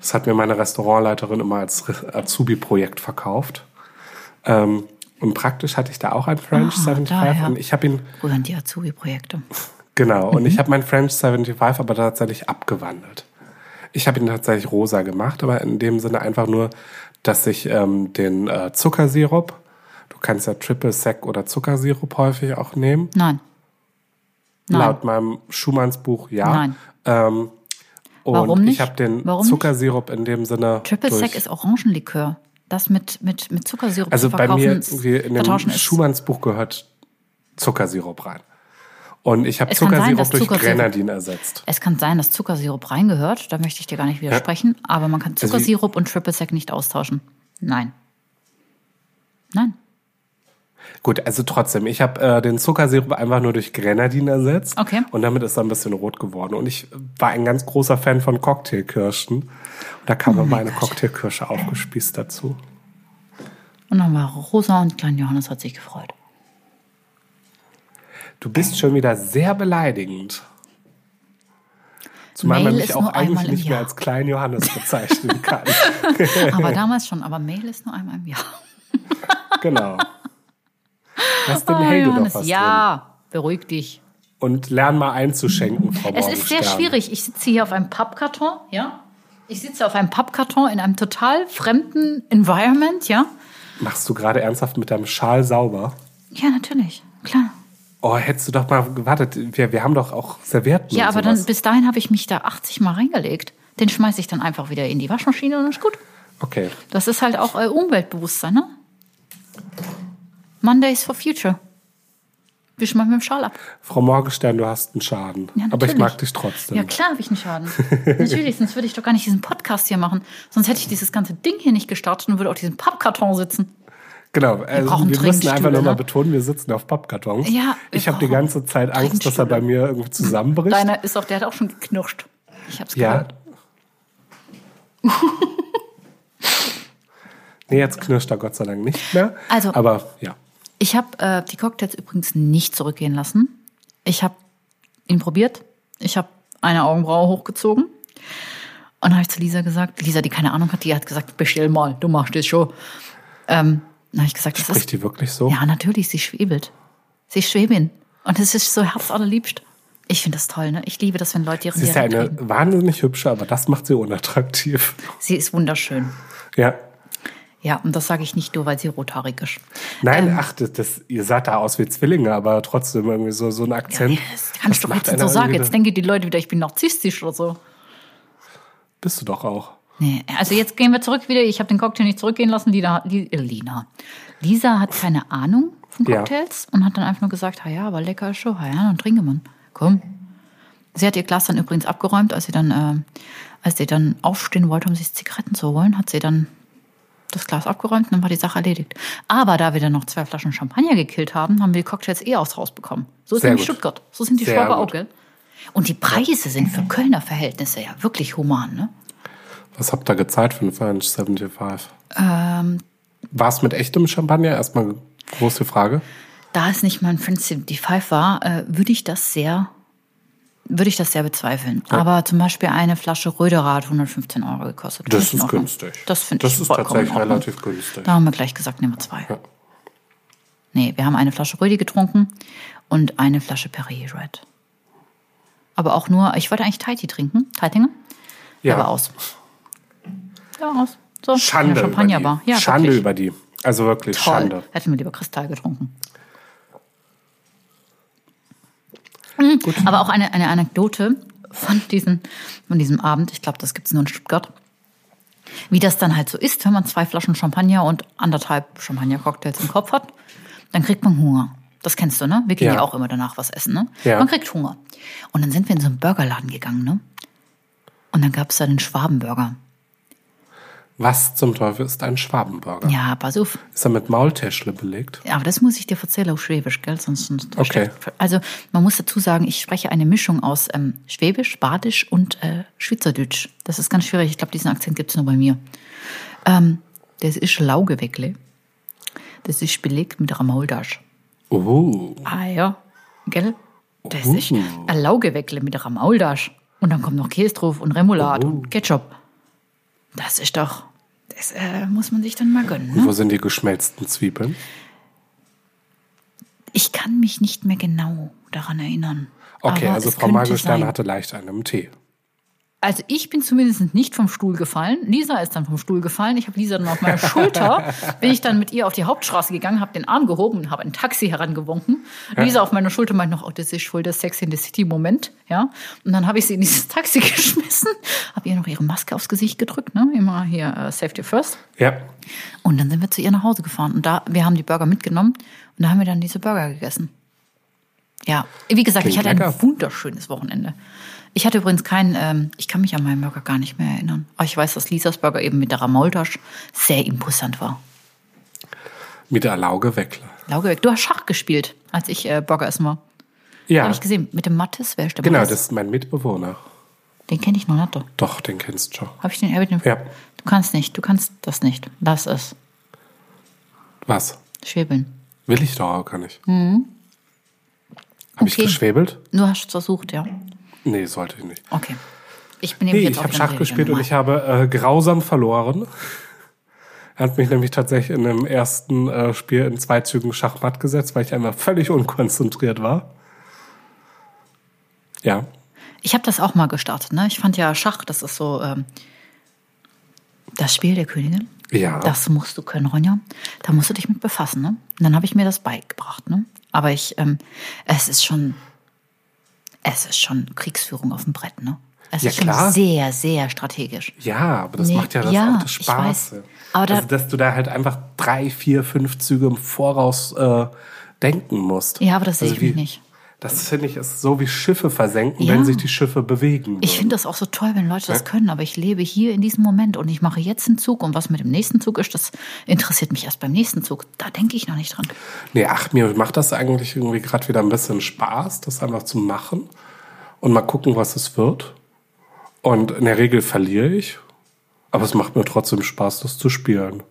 das hat mir meine Restaurantleiterin immer als Re- Azubi-Projekt verkauft. Ähm, Und praktisch hatte ich da auch einen French Ah, 75 daher. und ich habe ihn, Rühren die Azubi-Projekte. genau, und Mhm. ich habe meinen French 75 aber tatsächlich abgewandelt. Ich habe ihn tatsächlich rosa gemacht, aber in dem Sinne einfach nur, dass ich ähm, den äh, Zuckersirup, du kannst ja Triple Sec oder Zuckersirup häufig auch nehmen, Nein. Nein. laut meinem Schumanns Buch ja. Nein. Ähm, und Warum nicht? ich habe den Warum nicht? Zuckersirup in dem Sinne Triple durch Sec ist Orangenlikör. Das mit, mit, mit Zuckersirup Also zu bei verkaufen, mir ist- irgendwie in dem vertauschen ist. Schumanns Buch gehört Zuckersirup rein. Und ich habe Es kann sein, Zuckersirup dass durch Zuckersirup- Grenadin ersetzt. Es kann sein, dass Zuckersirup reingehört, da möchte ich dir gar nicht widersprechen, aber man kann wie- Zuckersirup und Triple Sec nicht austauschen. Nein. Nein. Gut, also trotzdem, ich habe äh, den Zuckersirup einfach nur durch Grenadin ersetzt. Okay. Und damit ist er ein bisschen rot geworden. Und ich war ein ganz großer Fan von Cocktailkirschen. Und da kam Oh dann meine Cocktailkirsche aufgespießt dazu. Und dann war Rosa und Klein Johannes hat sich gefreut. Du bist schon wieder sehr beleidigend. Zumal Mail man mich ist auch nur einmal eigentlich im nicht mehr Jahr. als kleinen Johannes bezeichnen kann. Aber damals schon, aber Mail ist nur einmal im Jahr. genau. Lass dem Helge doch was drin. Oh, ja, beruhig dich. und lern mal einzuschenken, Frau Es ist sehr Morgenstern. schwierig. Ich sitze hier auf einem Pappkarton, ja. Ich sitze auf einem Pappkarton in einem total fremden Environment, ja. Machst du gerade ernsthaft mit deinem Schal sauber? Ja, natürlich, klar. Oh, hättest du doch mal gewartet. Wir, wir haben doch auch Servietten. Ja, und aber dann sowas. bis dahin habe ich mich da 80 Mal reingelegt. Den schmeiße ich dann einfach wieder in die Waschmaschine und dann ist gut. Okay. Das ist halt auch äh, Umweltbewusstsein, ne? Mondays for Future. Wisch mal mit dem Schal ab. Frau Morgenstern, du hast einen Schaden. Ja, aber ich natürlich. mag dich trotzdem. Ja, klar habe ich einen Schaden. natürlich, sonst würde ich doch gar nicht diesen Podcast hier machen. Sonst hätte ich dieses ganze Ding hier nicht gestartet und würde auf diesem Pappkarton sitzen. Genau. Also, brauchen wir müssen Trinkstühle, einfach nochmal ne? betonen, wir sitzen auf Pappkartons. Ja, wir ich habe die brauchen Hm. ganze Zeit Angst, dass er bei mir irgendwie zusammenbricht. Deiner ist auch, der hat auch schon geknirscht. Ich hab's ja. gehört. nee, jetzt knirscht er Gott sei Dank nicht mehr. Also- aber ja. Ich habe äh, die Cocktails übrigens nicht zurückgehen lassen. Ich habe ihn probiert. Ich habe eine Augenbraue hochgezogen. Und habe ich zu Lisa gesagt, Lisa, die keine Ahnung hat, die hat gesagt, bestell mal, du machst das schon. Ähm, dann habe ich gesagt, das Spricht ist, die wirklich so? ja natürlich, sie schwebelt. Sie ist Schwäbin. Und es ist so herzallerliebst. Ich finde das toll, ne? Ich liebe das, wenn Leute ihren Sie ist ja Dialekt eine reden. wahnsinnig hübsche, aber das macht sie unattraktiv. Sie ist wunderschön. Ja. Ja, und das sage ich nicht nur, weil sie rothaarig ist. Nein, Ähm. ach, das, das, ihr seid da aus wie Zwillinge, aber trotzdem irgendwie so, so ein Akzent. Das kannst du macht doch jetzt nicht einer so sagen. irgendwie Jetzt denken die Leute wieder, ich bin narzisstisch oder so. da- Bist du doch auch. Nee, also jetzt gehen wir zurück wieder. Ich habe den Cocktail nicht zurückgehen lassen. Lina, Li- äh, Lina. Lisa hat keine Ahnung von Ja. Cocktails und hat dann einfach nur gesagt, "Ha ja, aber lecker ist schon, ha ja, dann trinke man. Komm. Sie hat ihr Glas dann übrigens abgeräumt, als sie dann, äh, als sie dann aufstehen wollte, um sich Zigaretten zu holen, hat sie dann das Glas abgeräumt und dann war die Sache erledigt. Aber da wir dann noch zwei Flaschen Champagner gekillt haben, haben wir die Cocktails eh aufs Haus bekommen. So ist Sehr nämlich gut. Stuttgart. So sind die Sehr Schwaber gut. auch, gell? Und die Preise sind für Kölner Verhältnisse ja wirklich human, ne? Was habt ihr gezahlt für einen French 75? Ähm. War es mit echtem Champagner? Erstmal große Frage. da es nicht mein Friend 75 war, äh, würde ich das sehr, würde ich das sehr bezweifeln. Aber zum Beispiel eine Flasche Röderer hat 115 Euro gekostet. Find Das ich in ist Ordnung. günstig. ne? Das finde Das ich ist vollkommen tatsächlich in Ordnung. relativ günstig. Da haben wir gleich gesagt, nehmen wir zwei. Nee, wir haben eine Flasche Rödi getrunken und eine Flasche Perrier Red. Aber auch nur, ich wollte eigentlich Taiti trinken, Taitinger, Ja. aber aus. Ja, aus. So, Schande. Über die. Champagnerbar. Ja, Schande wirklich. über die. Also wirklich Toll. Schande. Hätten wir lieber Kristall getrunken. Mhm, Aber auch eine, eine Anekdote von, diesen, von diesem Abend, ich glaube, das gibt es nur in Stuttgart, wie das dann halt so ist, wenn man zwei Flaschen Champagner und anderthalb Champagner-Cocktails im Kopf hat, dann kriegt man Hunger. Das kennst du, ne? Wir gehen Ja. ja, auch immer danach was essen, ne? Ja. Man kriegt Hunger. Und dann sind wir in so einen Burgerladen gegangen, ne? Und dann gab es da den Schwabenburger. Was zum Teufel ist ein Schwabenburger? Ja, pass auf. Ist er mit Maultäschle belegt? Ja, aber das muss ich dir erzählen auf Schwäbisch, gell? Sonst, sonst Okay. Also man muss dazu sagen, ich spreche eine Mischung aus ähm, Schwäbisch, Badisch und äh, Schweizerdeutsch. Das ist ganz schwierig. Ich glaube, diesen Akzent gibt's nur bei mir. Ähm, das ist Laugeweckle. Das ist belegt mit einer Maultasche. Oh. Ah ja, gell? Das Uh. ist ein Laugeweckle mit einer Maultasche. Und dann kommt noch Käse drauf und Remoulade Oh. und Ketchup. Das ist doch, das äh, muss man sich dann mal gönnen. Ne? Wo sind die geschmelzten Zwiebeln? Ich kann mich nicht mehr genau daran erinnern. Okay, Aber also es Frau könnte Magelstern sein. hatte leicht einen im Tee. Also ich bin zumindest nicht vom Stuhl gefallen. Lisa ist dann vom Stuhl gefallen. Ich habe Lisa dann auf meiner Schulter, bin ich dann mit ihr auf die Hauptstraße gegangen, habe den Arm gehoben und habe ein Taxi herangewunken. Lisa auf meiner Schulter meint noch, oh, das ist wohl der Sex in the City Moment, ja. Und dann habe ich sie in dieses Taxi geschmissen, habe ihr noch ihre Maske aufs Gesicht gedrückt, ne, immer hier äh, Safety First. Ja. Und dann sind wir zu ihr nach Hause gefahren und da wir haben die Burger mitgenommen und da haben wir dann diese Burger gegessen. Ja, wie gesagt, ich Klingt hatte lecker. ein wunderschönes Wochenende. Ich hatte übrigens keinen, ähm, ich kann mich an meinen Burger gar nicht mehr erinnern. Aber ich weiß, dass Lisas Burger eben mit der Ramoltasch sehr imposant war. Mit der Lauge Weckler. Laugebeck, du hast Schach gespielt, als ich äh, Burger essen war. Ja, Habe ich gesehen, mit dem Mattes, wer ist der genau, das Mattes? ist mein Mitbewohner. Den kenne ich noch nicht. Habe Doch, den kennst du schon. ich den, hab ich den Ja. Du kannst nicht, du kannst das nicht. Lass es. Was? Schwebeln. Will ich doch auch gar nicht. Mhm. Habe ich Okay. geschwebelt? Du hast es versucht, ja. Nee, sollte ich nicht. Okay. Ich bin nämlich Nee, jetzt ich auch habe wieder Schach eine gespielt und Nummer. ich habe äh, grausam verloren. Er hat mich nämlich tatsächlich in dem ersten äh, Spiel in zwei Zügen Schachmatt gesetzt, weil ich einmal völlig unkonzentriert war. Ja, Ich habe das auch mal gestartet. Ne? Ich fand ja Schach, das ist so ähm, das Spiel der Königin. Ja. Das musst du können, Ronja. Da musst du dich mit befassen. Ne? Und dann habe ich mir das beigebracht. Ne? Aber ich, ähm, es ist schon, es ist schon Kriegsführung auf dem Brett. Ne? Es Ja, ist schon klar. sehr, sehr strategisch. ja, aber das Nee, macht ja das ja, auch das ich Spaß. weiß. Aber da- also, dass du da halt einfach drei, vier, fünf Züge im Voraus äh, denken musst. Ja, aber das sehe ich mich Also wie- nicht. Das finde ich ist so wie Schiffe versenken, Ja. wenn sich die Schiffe bewegen. Ich würden. finde das auch so toll, wenn Leute das können, aber ich lebe hier in diesem Moment und ich mache jetzt einen Zug und was mit dem nächsten Zug ist, das interessiert mich erst beim nächsten Zug. Da denke ich noch nicht dran. Nee, ach, mir macht das eigentlich irgendwie gerade wieder ein bisschen Spaß, das einfach zu machen und mal gucken, was es wird. Und in der Regel verliere ich, aber es macht mir trotzdem Spaß, das zu spielen.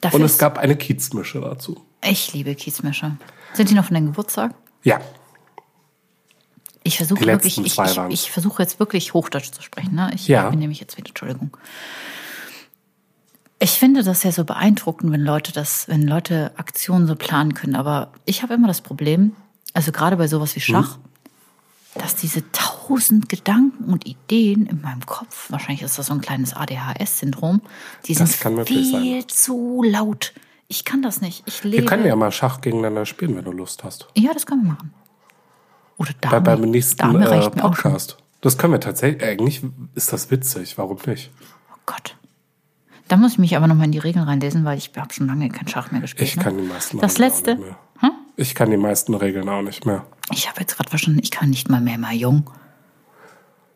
Dafür Und es ist- gab eine Kiezmische dazu. Ich liebe Kiezmische. Sind die noch von deinem Geburtstag? Ja, Ich versuche Die wirklich, letzten ich, zwei ich, waren's. ich versuche jetzt wirklich Hochdeutsch zu sprechen. Ne? Ich Ja. bin nämlich jetzt wieder, Entschuldigung. Ich finde das ja so beeindruckend, wenn Leute das, wenn Leute Aktionen so planen können. Aber ich habe immer das Problem, also gerade bei sowas Hm? wie Schach, dass diese tausend Gedanken und Ideen in meinem Kopf, wahrscheinlich ist das so ein kleines ADHS-Syndrom, die sind Das kann viel möglich sein. zu laut. Ich kann das nicht. Ich lebe. wir können ja mal Schach gegeneinander spielen, wenn du Lust hast. Ja, das können wir machen. Oder Dame. Bei, beim nächsten Dame äh, reicht mir auch schon. Podcast. Das können wir tatsächlich. äh, Eigentlich ist das witzig. Warum nicht? Oh Gott. Da muss ich mich aber nochmal in die Regeln reinlesen, weil ich habe schon lange kein Schach mehr gespielt. Ich ne? kann die meisten Das Regeln auch letzte. Hm? nicht mehr. Ich kann die meisten Regeln auch nicht mehr. Ich habe jetzt gerade verstanden, ich kann nicht mal mehr Mahjong.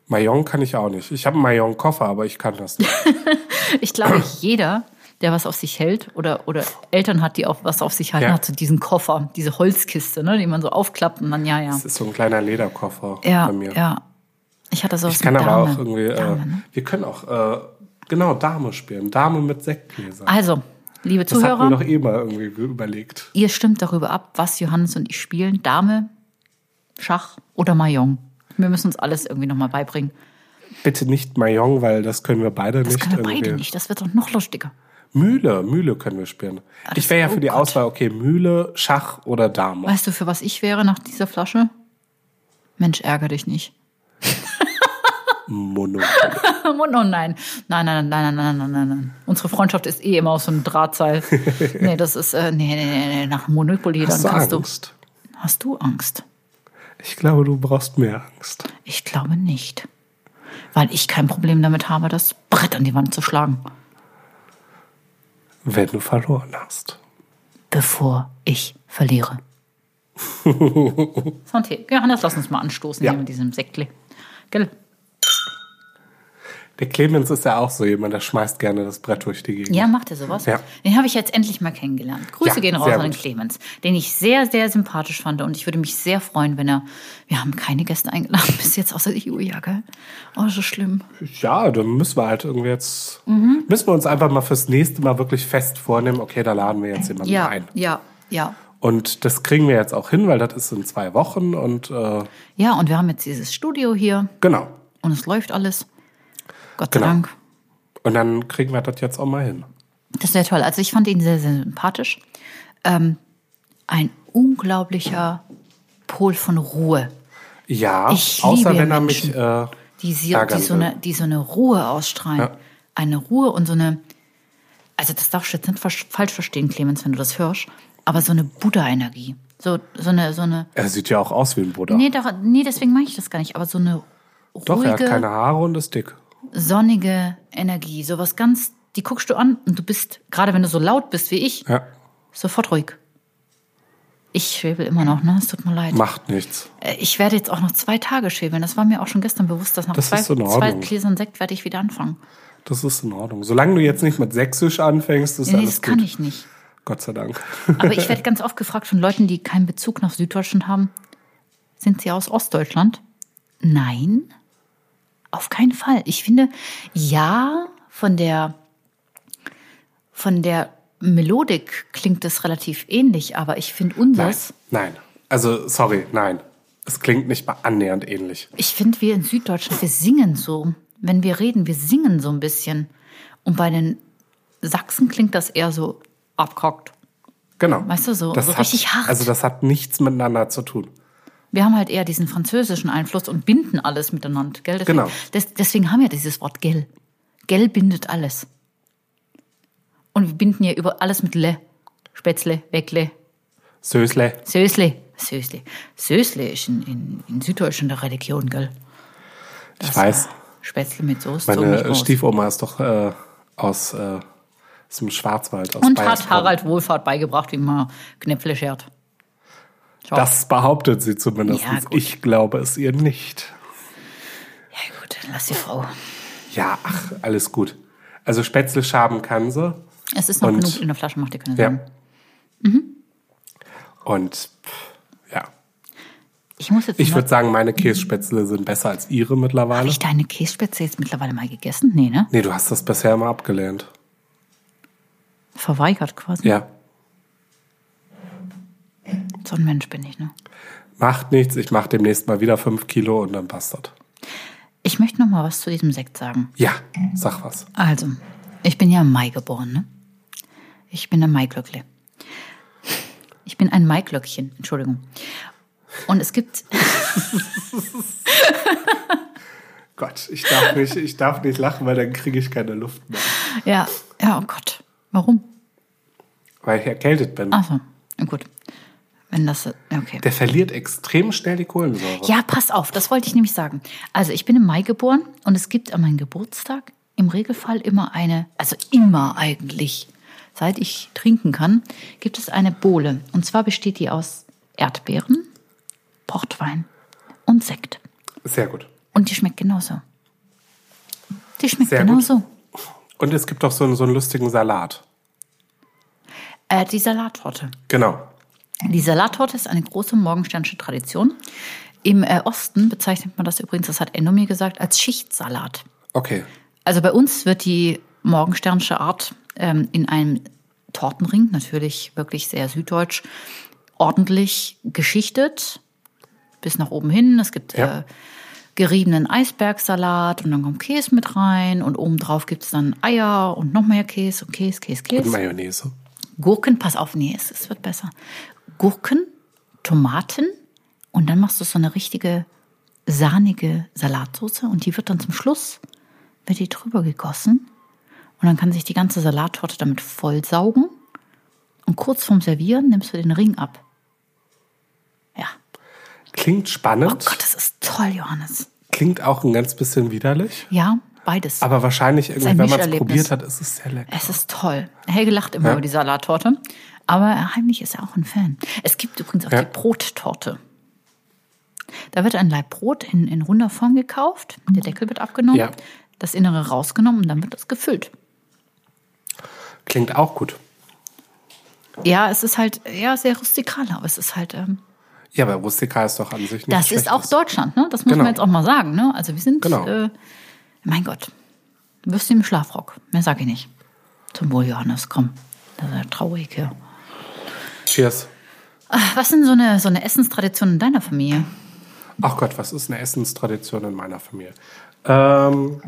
Mahjong kann ich auch nicht. Ich habe einen Mahjong-Koffer, aber ich kann das nicht. Ich glaube, jeder, der was auf sich hält oder, oder Eltern hat, die auch was auf sich halten, Ja. hat so diesen Koffer, diese Holzkiste, ne, die man so aufklappt und dann, ja, ja. Das ist so ein kleiner Lederkoffer Ja, bei mir. ja. Ich hatte sowas Ich kann mit aber Dame. auch irgendwie, äh, Dame, ne? wir können auch, äh, genau, Dame spielen. Dame mit Sektgläsern. Also, liebe das hatten wir Zuhörer, doch eh mal irgendwie ge- überlegt. ihr stimmt darüber ab, was Johannes und ich spielen. Dame, Schach oder Mahjong. Wir müssen uns alles irgendwie nochmal beibringen. Bitte nicht Mahjong, weil das können wir beide Das nicht. können wir beide irgendwie. nicht. Das wird doch noch lustiger. Mühle, Mühle können wir spielen. ich wäre ja für oh die Gott. Auswahl, okay, Mühle, Schach oder Dame. Weißt du, für was ich wäre nach dieser Flasche? Mensch, ärgere dich nicht. Monopoly. Oh nein. Nein, nein, nein, nein, nein, nein, nein, nein. Unsere Freundschaft ist eh immer aus so einem Drahtseil. nee, das ist, äh, nee, nee, nee, nee, nach Monopoly, Hast dann du kannst Angst? du. Hast du Angst? Ich glaube, du brauchst mehr Angst. Ich glaube nicht. Weil ich kein Problem damit habe, das Brett an die Wand zu schlagen, Wenn du verloren hast. bevor ich verliere. Santé. Johannes, lass uns mal anstoßen Ja. hier mit diesem Sektli. Gell? Der Clemens ist ja auch so jemand, der schmeißt gerne das Brett durch die Gegend. Ja, macht er sowas? Ja. Den habe ich jetzt endlich mal kennengelernt. Grüße Ja, gehen raus sehr an den gut. Clemens, den ich sehr, sehr sympathisch fand. Und ich würde mich sehr freuen, wenn er. Wir haben keine Gäste eingeladen bis jetzt, außer die Julia, gell? Oh, so schlimm. Ja, dann müssen wir halt irgendwie jetzt, Mhm. müssen wir uns einfach mal fürs nächste Mal wirklich fest vornehmen, okay, da laden wir jetzt jemanden Ja, ein. ja, ja. Und das kriegen wir jetzt auch hin, weil das ist in zwei Wochen und äh, Ja, und wir haben jetzt dieses Studio hier genau. und es läuft alles. Gott sei Genau. Dank. Und dann kriegen wir das jetzt auch mal hin. Das wäre toll. Also ich fand ihn sehr, sehr sympathisch. Ähm, ein unglaublicher Pol von Ruhe, Ja, Ich außer liebe wenn er Menschen. mich äh, die, sie, die, ärgern so will. eine, die so eine Ruhe ausstrahlen. Ja. Eine Ruhe und so eine, also das darfst du jetzt nicht versch- falsch verstehen, Clemens, wenn du das hörst, aber so eine Buddha-Energie. So, so eine, so eine, Er sieht ja auch aus wie ein Buddha. nee, doch, nee, deswegen meine ich das gar nicht, aber so eine ruhige, Doch, er hat keine Haare und ist dick. sonnige Energie, sowas ganz, die guckst du an und du bist, gerade wenn du so laut bist wie ich, Ja, sofort ruhig. Ich schwebel immer noch, ne? Es tut mir leid. macht nichts. Äh, Ich werde jetzt auch noch zwei Tage schwebeln. Das war mir auch schon gestern bewusst, dass nach Das zwei, ist in Ordnung. zwei Gläsern Sekt werde ich wieder anfangen. Das ist in Ordnung. Solange du jetzt nicht mit Sächsisch anfängst, ist nee, alles das kann gut. ich nicht. Gott sei Dank. Aber ich werde ganz oft gefragt von Leuten, die keinen Bezug nach Süddeutschland haben. Sind sie aus Ostdeutschland? Nein, auf keinen Fall. Ich finde, ja, von der, von der Melodik klingt es relativ ähnlich, aber ich finde Nein. unseres, Nein. Also, sorry, nein. Es klingt nicht mal annähernd ähnlich. ich finde, wir in Süddeutschland, wir singen so. Wenn wir reden, wir singen so ein bisschen. Und bei den Sachsen klingt das eher so abgehockt. Genau. Weißt du, so- so richtig hart. Also, das hat nichts miteinander zu tun. Wir haben halt eher diesen französischen Einfluss und binden alles miteinander, gell? Deswegen, Genau. des, deswegen haben wir dieses Wort gell. Gell bindet alles. Und wir binden ja über alles mit le. Spätzle, Weckle, Sösle. Sösle. Sösle. Sösle ist in, in, in Süddeutschland eine Religion, gell? Ich weiß. Spätzle mit Soße. Meine so Stiefoma ist doch äh, aus, äh, aus dem Schwarzwald. Aus und hat Bayersdorf. Harald Wohlfahrt beigebracht, wie man Knäpfle schert. Schau. Das behauptet sie zumindest. Ja, gut. ich glaube es ihr nicht. Ja gut, dann lass die Frau. Ja, ach, alles gut. Also Spätzle schaben kann sie. Es ist noch Und- genug in der Flasche, macht dir keine Ja. Mhm. Sorgen. Und pff, ja. Ich muss jetzt Ich mal- würde sagen, meine Kässpätzle sind besser als ihre mittlerweile. Habe ich deine Kässpätzle jetzt mittlerweile mal gegessen? Nee, ne? Nee, du hast das bisher immer abgelehnt. Verweigert quasi. Ja. So ein Mensch bin ich, ne? Macht nichts, ich mache demnächst mal wieder fünf Kilo und dann passt das. Ich möchte noch mal was zu diesem Sekt sagen. Ja, sag was. Also, ich bin ja im Mai geboren, ne? Ich bin ein Maiglöckle. Ich bin ein Maiglöckchen, Entschuldigung. Und es gibt, Gott, ich darf nicht, ich darf nicht lachen, weil dann kriege ich keine Luft mehr. ja, ja, oh Gott, warum? Weil ich erkältet bin. Ach so, na gut. Wenn das, ja, okay. Der verliert extrem schnell die Kohlensäure. Ja, pass auf, das wollte ich nämlich sagen. Also ich bin im Mai geboren und es gibt an meinem Geburtstag im Regelfall immer eine, also immer eigentlich, seit ich trinken kann, gibt es eine Bohle. Und zwar besteht die aus Erdbeeren, Portwein und Sekt. Sehr gut. Und die schmeckt genauso. Die schmeckt Sehr gut. genauso. Und es gibt auch so einen, so einen lustigen Salat. Äh, die Salattorte. Genau. Die Salattorte ist eine große morgensternsche Tradition. Im äh, Osten bezeichnet man das übrigens, das hat Enno mir gesagt, als Schichtsalat. Okay. Also bei uns wird die morgensternsche Art ähm, in einem Tortenring, natürlich wirklich sehr süddeutsch, ordentlich geschichtet. Bis nach oben hin. Es gibt Ja. äh, geriebenen Eisbergsalat und dann kommt Käse mit rein und obendrauf gibt es dann Eier und noch mehr Käse und Käse, Käse, Und Käse. Mayonnaise. Gurken, pass auf, nee, es, es wird besser. Gurken, Tomaten und dann machst du so eine richtige sahnige Salatsoße und die wird dann zum Schluss, wird die drüber gegossen und dann kann sich die ganze Salattorte damit vollsaugen und kurz vorm Servieren nimmst du den Ring ab. Ja. Klingt Oh spannend. Gott, das ist toll, Johannes. Klingt auch ein ganz bisschen widerlich. Ja, beides. Aber wahrscheinlich, irgendwie, ein wenn man es Mischerlebnis. probiert hat, ist es sehr lecker. Es ist toll. Helge lacht immer über die Salattorte. Aber heimlich ist er auch ein Fan. Es gibt übrigens auch Ja. die Brottorte. Da wird ein Laib Brot in, in runder Form gekauft. Der Deckel wird abgenommen, Ja. das Innere rausgenommen und dann wird das gefüllt. Klingt auch gut. Ja, es ist halt ja, sehr rustikal, aber es ist halt. Ähm, Ja, aber Rustika ist doch an sich nicht das ist Schlechtes. auch Deutschland, ne? Das muss Genau. man jetzt auch mal sagen, ne? Also wir sind. Genau. Äh, mein Gott. Du wirst im Schlafrock. Mehr sage ich nicht. Zum Wohl, Johannes, komm. Das ist ja traurig hier. Cheers. Was sind so eine, so eine Essenstradition in deiner Familie? Ach Gott, was ist eine Essenstradition in meiner Familie? Ähm,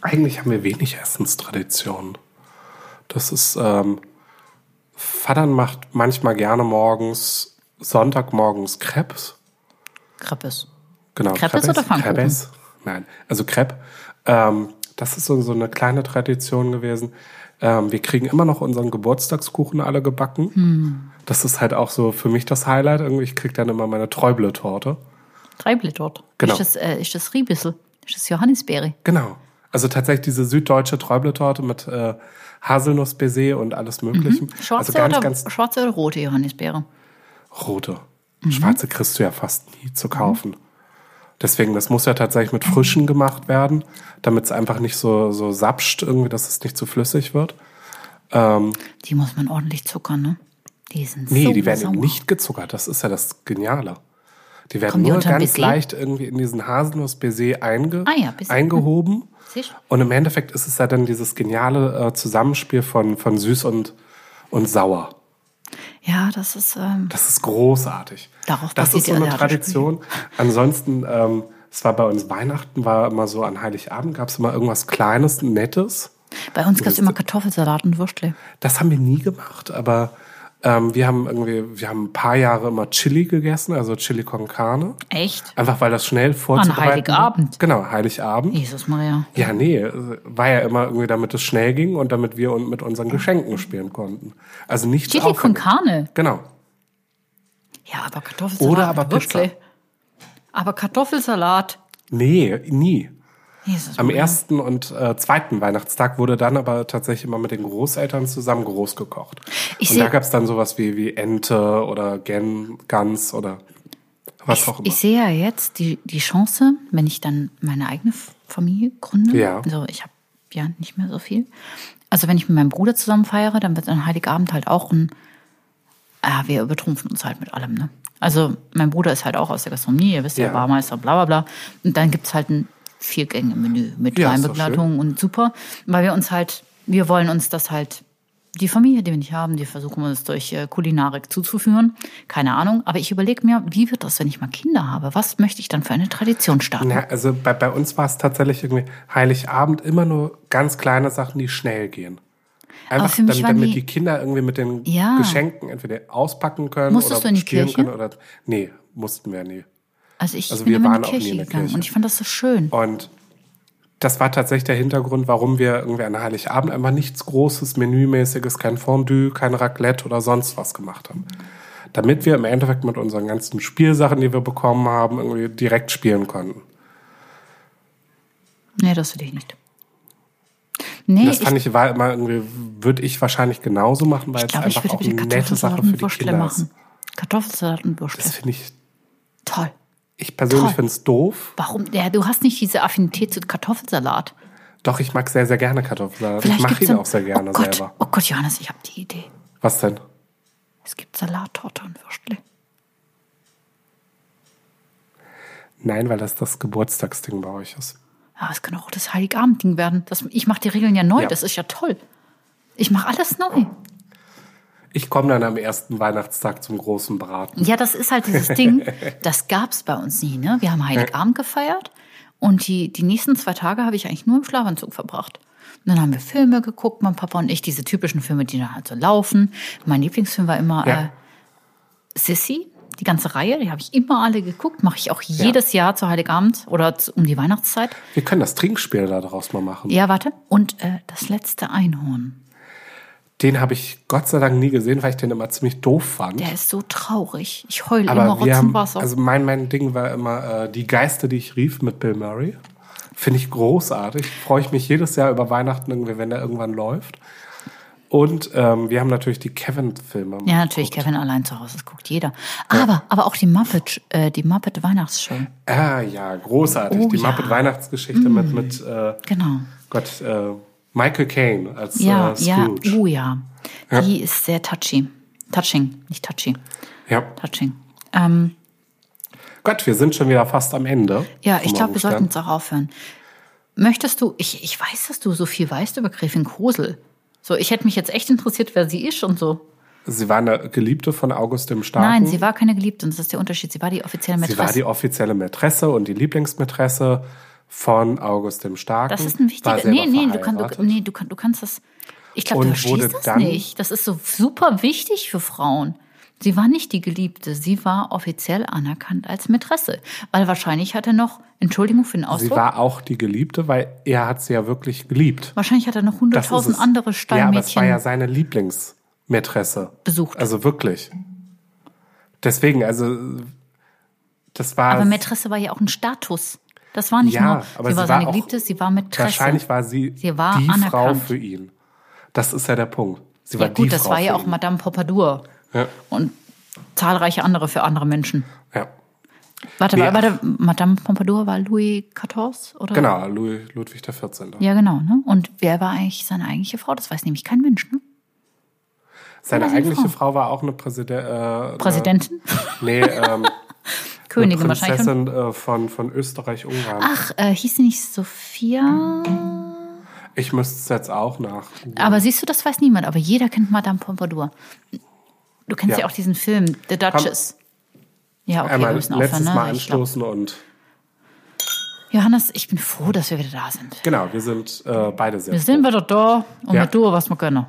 eigentlich haben wir wenig Essenstraditionen. Das ist ähm, Vadern macht manchmal gerne morgens, Sonntagmorgens Crepes. Kreppes. Genau. Crepes oder Pfannkuchen? Crepes? Nein, also Crepe. Ähm, das ist so, so eine kleine Tradition gewesen. Ähm, wir kriegen immer noch unseren Geburtstagskuchen alle gebacken. Hm. Das ist halt auch so für mich das Highlight. Irgendwie, ich krieg dann immer meine Träuble-Torte. Treibletort. Genau. Ist das, äh, ist das Riebissel? Ist das Johannisbeere? Genau. Also tatsächlich diese süddeutsche Träubletorte mit äh, Haselnussbaiser und alles Mögliche. Mhm. Schwarze, also ganz, oder, ganz schwarze oder rote Johannisbeere? rote. Schwarze kriegst du ja fast nie zu kaufen. Deswegen, das muss ja tatsächlich mit frischen gemacht werden, damit es einfach nicht so, so sapscht irgendwie, dass es nicht zu flüssig wird. Die muss man ordentlich zuckern, ne? Die sind Nee, so die werden sauer. eben nicht gezuckert. Das ist ja das Geniale. Die werden Kommen die nur unter ein ganz Baiser? leicht irgendwie in diesen Haselnuss-Baiser einge Ah ja, Baiser. eingehoben. Siehst du? Und im Endeffekt ist es ja dann dieses geniale äh, Zusammenspiel von, von süß und, und sauer. Ja, das ist. Ähm, Das ist großartig. Darauf das basiert ist so die eine asiatische Tradition. Ansonsten, ähm, es war bei uns Weihnachten, war immer so an Heiligabend, gab es immer irgendwas Kleines, Nettes. bei uns gab es immer Kartoffelsalat und Würstle. Das haben wir nie gemacht, aber ähm, wir haben irgendwie, wir haben ein paar Jahre immer Chili gegessen, also Chili con carne. Echt? Einfach weil das schnell vorzubereiten. Heiligabend? Genau, Heiligabend. Jesus Maria. Ja, nee, äh, war ja immer irgendwie, damit es schnell ging und damit wir un- mit unseren Geschenken spielen konnten. Also nichts Chili con Aufwendiges. Carne. Genau. Ja, aber Kartoffelsalat. Oder aber mit Würstle. Pizza. Aber Kartoffelsalat. Nee, nie. Jesus Am Maria. ersten und äh, zweiten Weihnachtstag wurde dann aber tatsächlich immer mit den Großeltern zusammen groß gekocht. Ich und da seh- gab es dann sowas wie, wie Ente oder Gen, Gans oder was auch immer. Ich sehe ja jetzt die, die Chance, wenn ich dann meine eigene F- Familie gründe. Ja. Also ich habe ja nicht mehr so viel. Also wenn ich mit meinem Bruder zusammen feiere, dann wird an Heiligabend halt auch ein. Ah, wir übertrumpfen uns halt mit allem, ne? Also mein Bruder ist halt auch aus der Gastronomie, ihr wisst ja, Ja. Barmeister, bla bla bla. Und dann gibt es halt ein Viergänge-Menü mit Ja, ist doch Weinbegleitung und super. Weil wir uns halt, wir wollen uns das halt, die Familie, die wir nicht haben, die versuchen wir uns durch äh, Kulinarik zuzuführen. Keine Ahnung. Aber ich überlege mir, wie wird das, wenn ich mal Kinder habe? Was möchte ich dann für eine Tradition starten? Ja, also bei, bei uns war es tatsächlich irgendwie Heiligabend immer nur ganz kleine Sachen, die schnell gehen. Einfach für mich damit, waren damit die- die, Kinder irgendwie mit den Ja. Geschenken entweder auspacken können Musstest oder du in die spielen Kirche? können oder nee, mussten wir nie. Also ich Also bin wir immer in waren die auch nie in Kirche der gegangen Kirche. Oh. und ich fand das so schön. Und das war tatsächlich der Hintergrund, warum wir irgendwie an Heiligabend einfach nichts Großes, Menümäßiges, kein Fondue, kein Raclette oder sonst was gemacht haben. Damit wir im Endeffekt mit unseren ganzen Spielsachen, die wir bekommen haben, irgendwie direkt spielen konnten. Nee, das will ich nicht. Nee, das ich, fand ich, war immer irgendwie, würde ich wahrscheinlich genauso machen, weil ich es glaube, ich einfach würde auch eine wieder nette Kartoffelsalat Sache für und die Würstle Kinder machen. ist. Kartoffelsalat und Würstle. Das finde ich, Toll. ich persönlich Toll. finde es doof. Warum? Ja, du hast nicht diese Affinität zu Kartoffelsalat. Doch, ich mag sehr, sehr gerne Kartoffelsalat. Also Ich mache gibt's ihn dann- auch sehr gerne oh Gott, selber. Oh Gott, Johannes, ich habe die Idee. Was denn? Es gibt Salattorte und Würstle. Nein, weil das das Geburtstagsding bei euch ist. Aber es kann auch das Heiligabendding werden. Das, ich mache die Regeln ja neu, Ja. das ist ja toll. Ich mache alles neu. Ich komme dann am ersten Weihnachtstag zum großen Braten. Ja, das ist halt dieses Ding, das gab es bei uns nie. Ne? Wir haben Heiligabend gefeiert und die, die nächsten zwei Tage habe ich eigentlich nur im Schlafanzug verbracht. Und dann haben wir Filme geguckt, mein Papa und ich, diese typischen Filme, die dann halt so laufen. Mein Lieblingsfilm war immer Ja. äh, Sissy, die ganze Reihe, die habe ich immer alle geguckt, mache ich auch jedes Jahr zu Heiligabend oder zu, um die Weihnachtszeit. Wir können das Trinkspiel daraus mal machen. Ja, warte. Und äh, das letzte Einhorn, Den habe ich Gott sei Dank nie gesehen, weil ich den immer ziemlich doof fand. der ist so traurig. Ich heule immer Aber wir haben, Rotzenwasser. also mein, mein Ding war immer äh, die Geister, die ich rief mit Bill Murray. Finde ich großartig. Freue ich mich jedes Jahr über Weihnachten, irgendwie, wenn der irgendwann läuft. Und ähm, wir haben natürlich die Kevin-Filme. Ja, natürlich, Kevin allein zu Hause, das guckt jeder. Aber, aber auch die Muppet, äh, die Muppet Weihnachtsshow. Ah ja, großartig. Oh, die ja. Mhm. Muppet-Weihnachtsgeschichte mit, mit äh, Genau. Gott, äh, Michael Caine als Ja, äh, ja, Scrooge. oh ja. Ja. Die ist sehr touchy. Touching, nicht touchy. ja. Touching. Ähm, Gott, wir sind schon wieder fast am Ende. ja, ich vom glaube, wir sollten Morgenstern. jetzt auch aufhören. Möchtest du, ich, ich weiß, dass du so viel weißt über Gräfin Kosel. So, ich hätte mich jetzt echt interessiert, wer sie ist und so. Sie war eine Geliebte von August dem Starken. Nein, sie war keine Geliebte und das ist der Unterschied. Sie war die offizielle Sie war Mätresse. die offizielle Mätresse und die Lieblingsmätresse von August dem Starken. das ist ein War wichtiger. Hm. selber Nee, nee, du, kann, du, verheiratet. nee du, kann, du kannst das. Ich glaube, du verstehst das nicht. Das ist so super wichtig für Frauen. Sie war nicht die Geliebte, sie war offiziell anerkannt als Mätresse. Weil wahrscheinlich hat er noch, Entschuldigung für den Sie Ausdruck, war auch die Geliebte, weil er hat sie ja wirklich geliebt. wahrscheinlich hat er noch Das ist 100.000 es. andere Ja, aber es Steinmädchen. war ja seine Lieblingsmätresse. Besucht. Also wirklich. Deswegen, also das war aber Mätresse war ja auch ein Status. Das war nicht Ja, nur, aber sie sie war war seine auch- Geliebte, sie war Mätresse. wahrscheinlich war sie, Sie war die anerkannt. Frau für ihn. Das ist ja der Punkt. Sie ja war die gut, das Frau war ja für auch ihn. Madame Pompadour Ja. und zahlreiche andere für andere Menschen. ja. Warte, Nee, aber, warte, Madame Pompadour war Louis XIV, oder? Genau, Louis, Ludwig XIV. Ja, genau. Ne? Und wer war eigentlich seine eigentliche Frau? Das weiß nämlich kein Mensch. Ne? Seine war seine eigentliche Frau. war auch eine Präsidentin. Äh, Präsidentin? Eine, nee, ähm, Königin eine wahrscheinlich. Prinzessin äh, von, von Österreich-Ungarn. Ach, äh, hieß sie nicht Sophia? Ich müsste es jetzt auch nach. Aber siehst du, das weiß niemand. Aber jeder kennt Madame Pompadour. Du kennst ja, Ja. auch diesen Film, The Duchess. ja, okay, wir Einmal müssen letztes aufhören. Ne? Mal Ich glaub- anstoßen und Johannes, ich bin froh, dass wir wieder da sind. genau, wir sind äh, beide sehr Wir sind wieder da und Ja. wir tun, was wir können.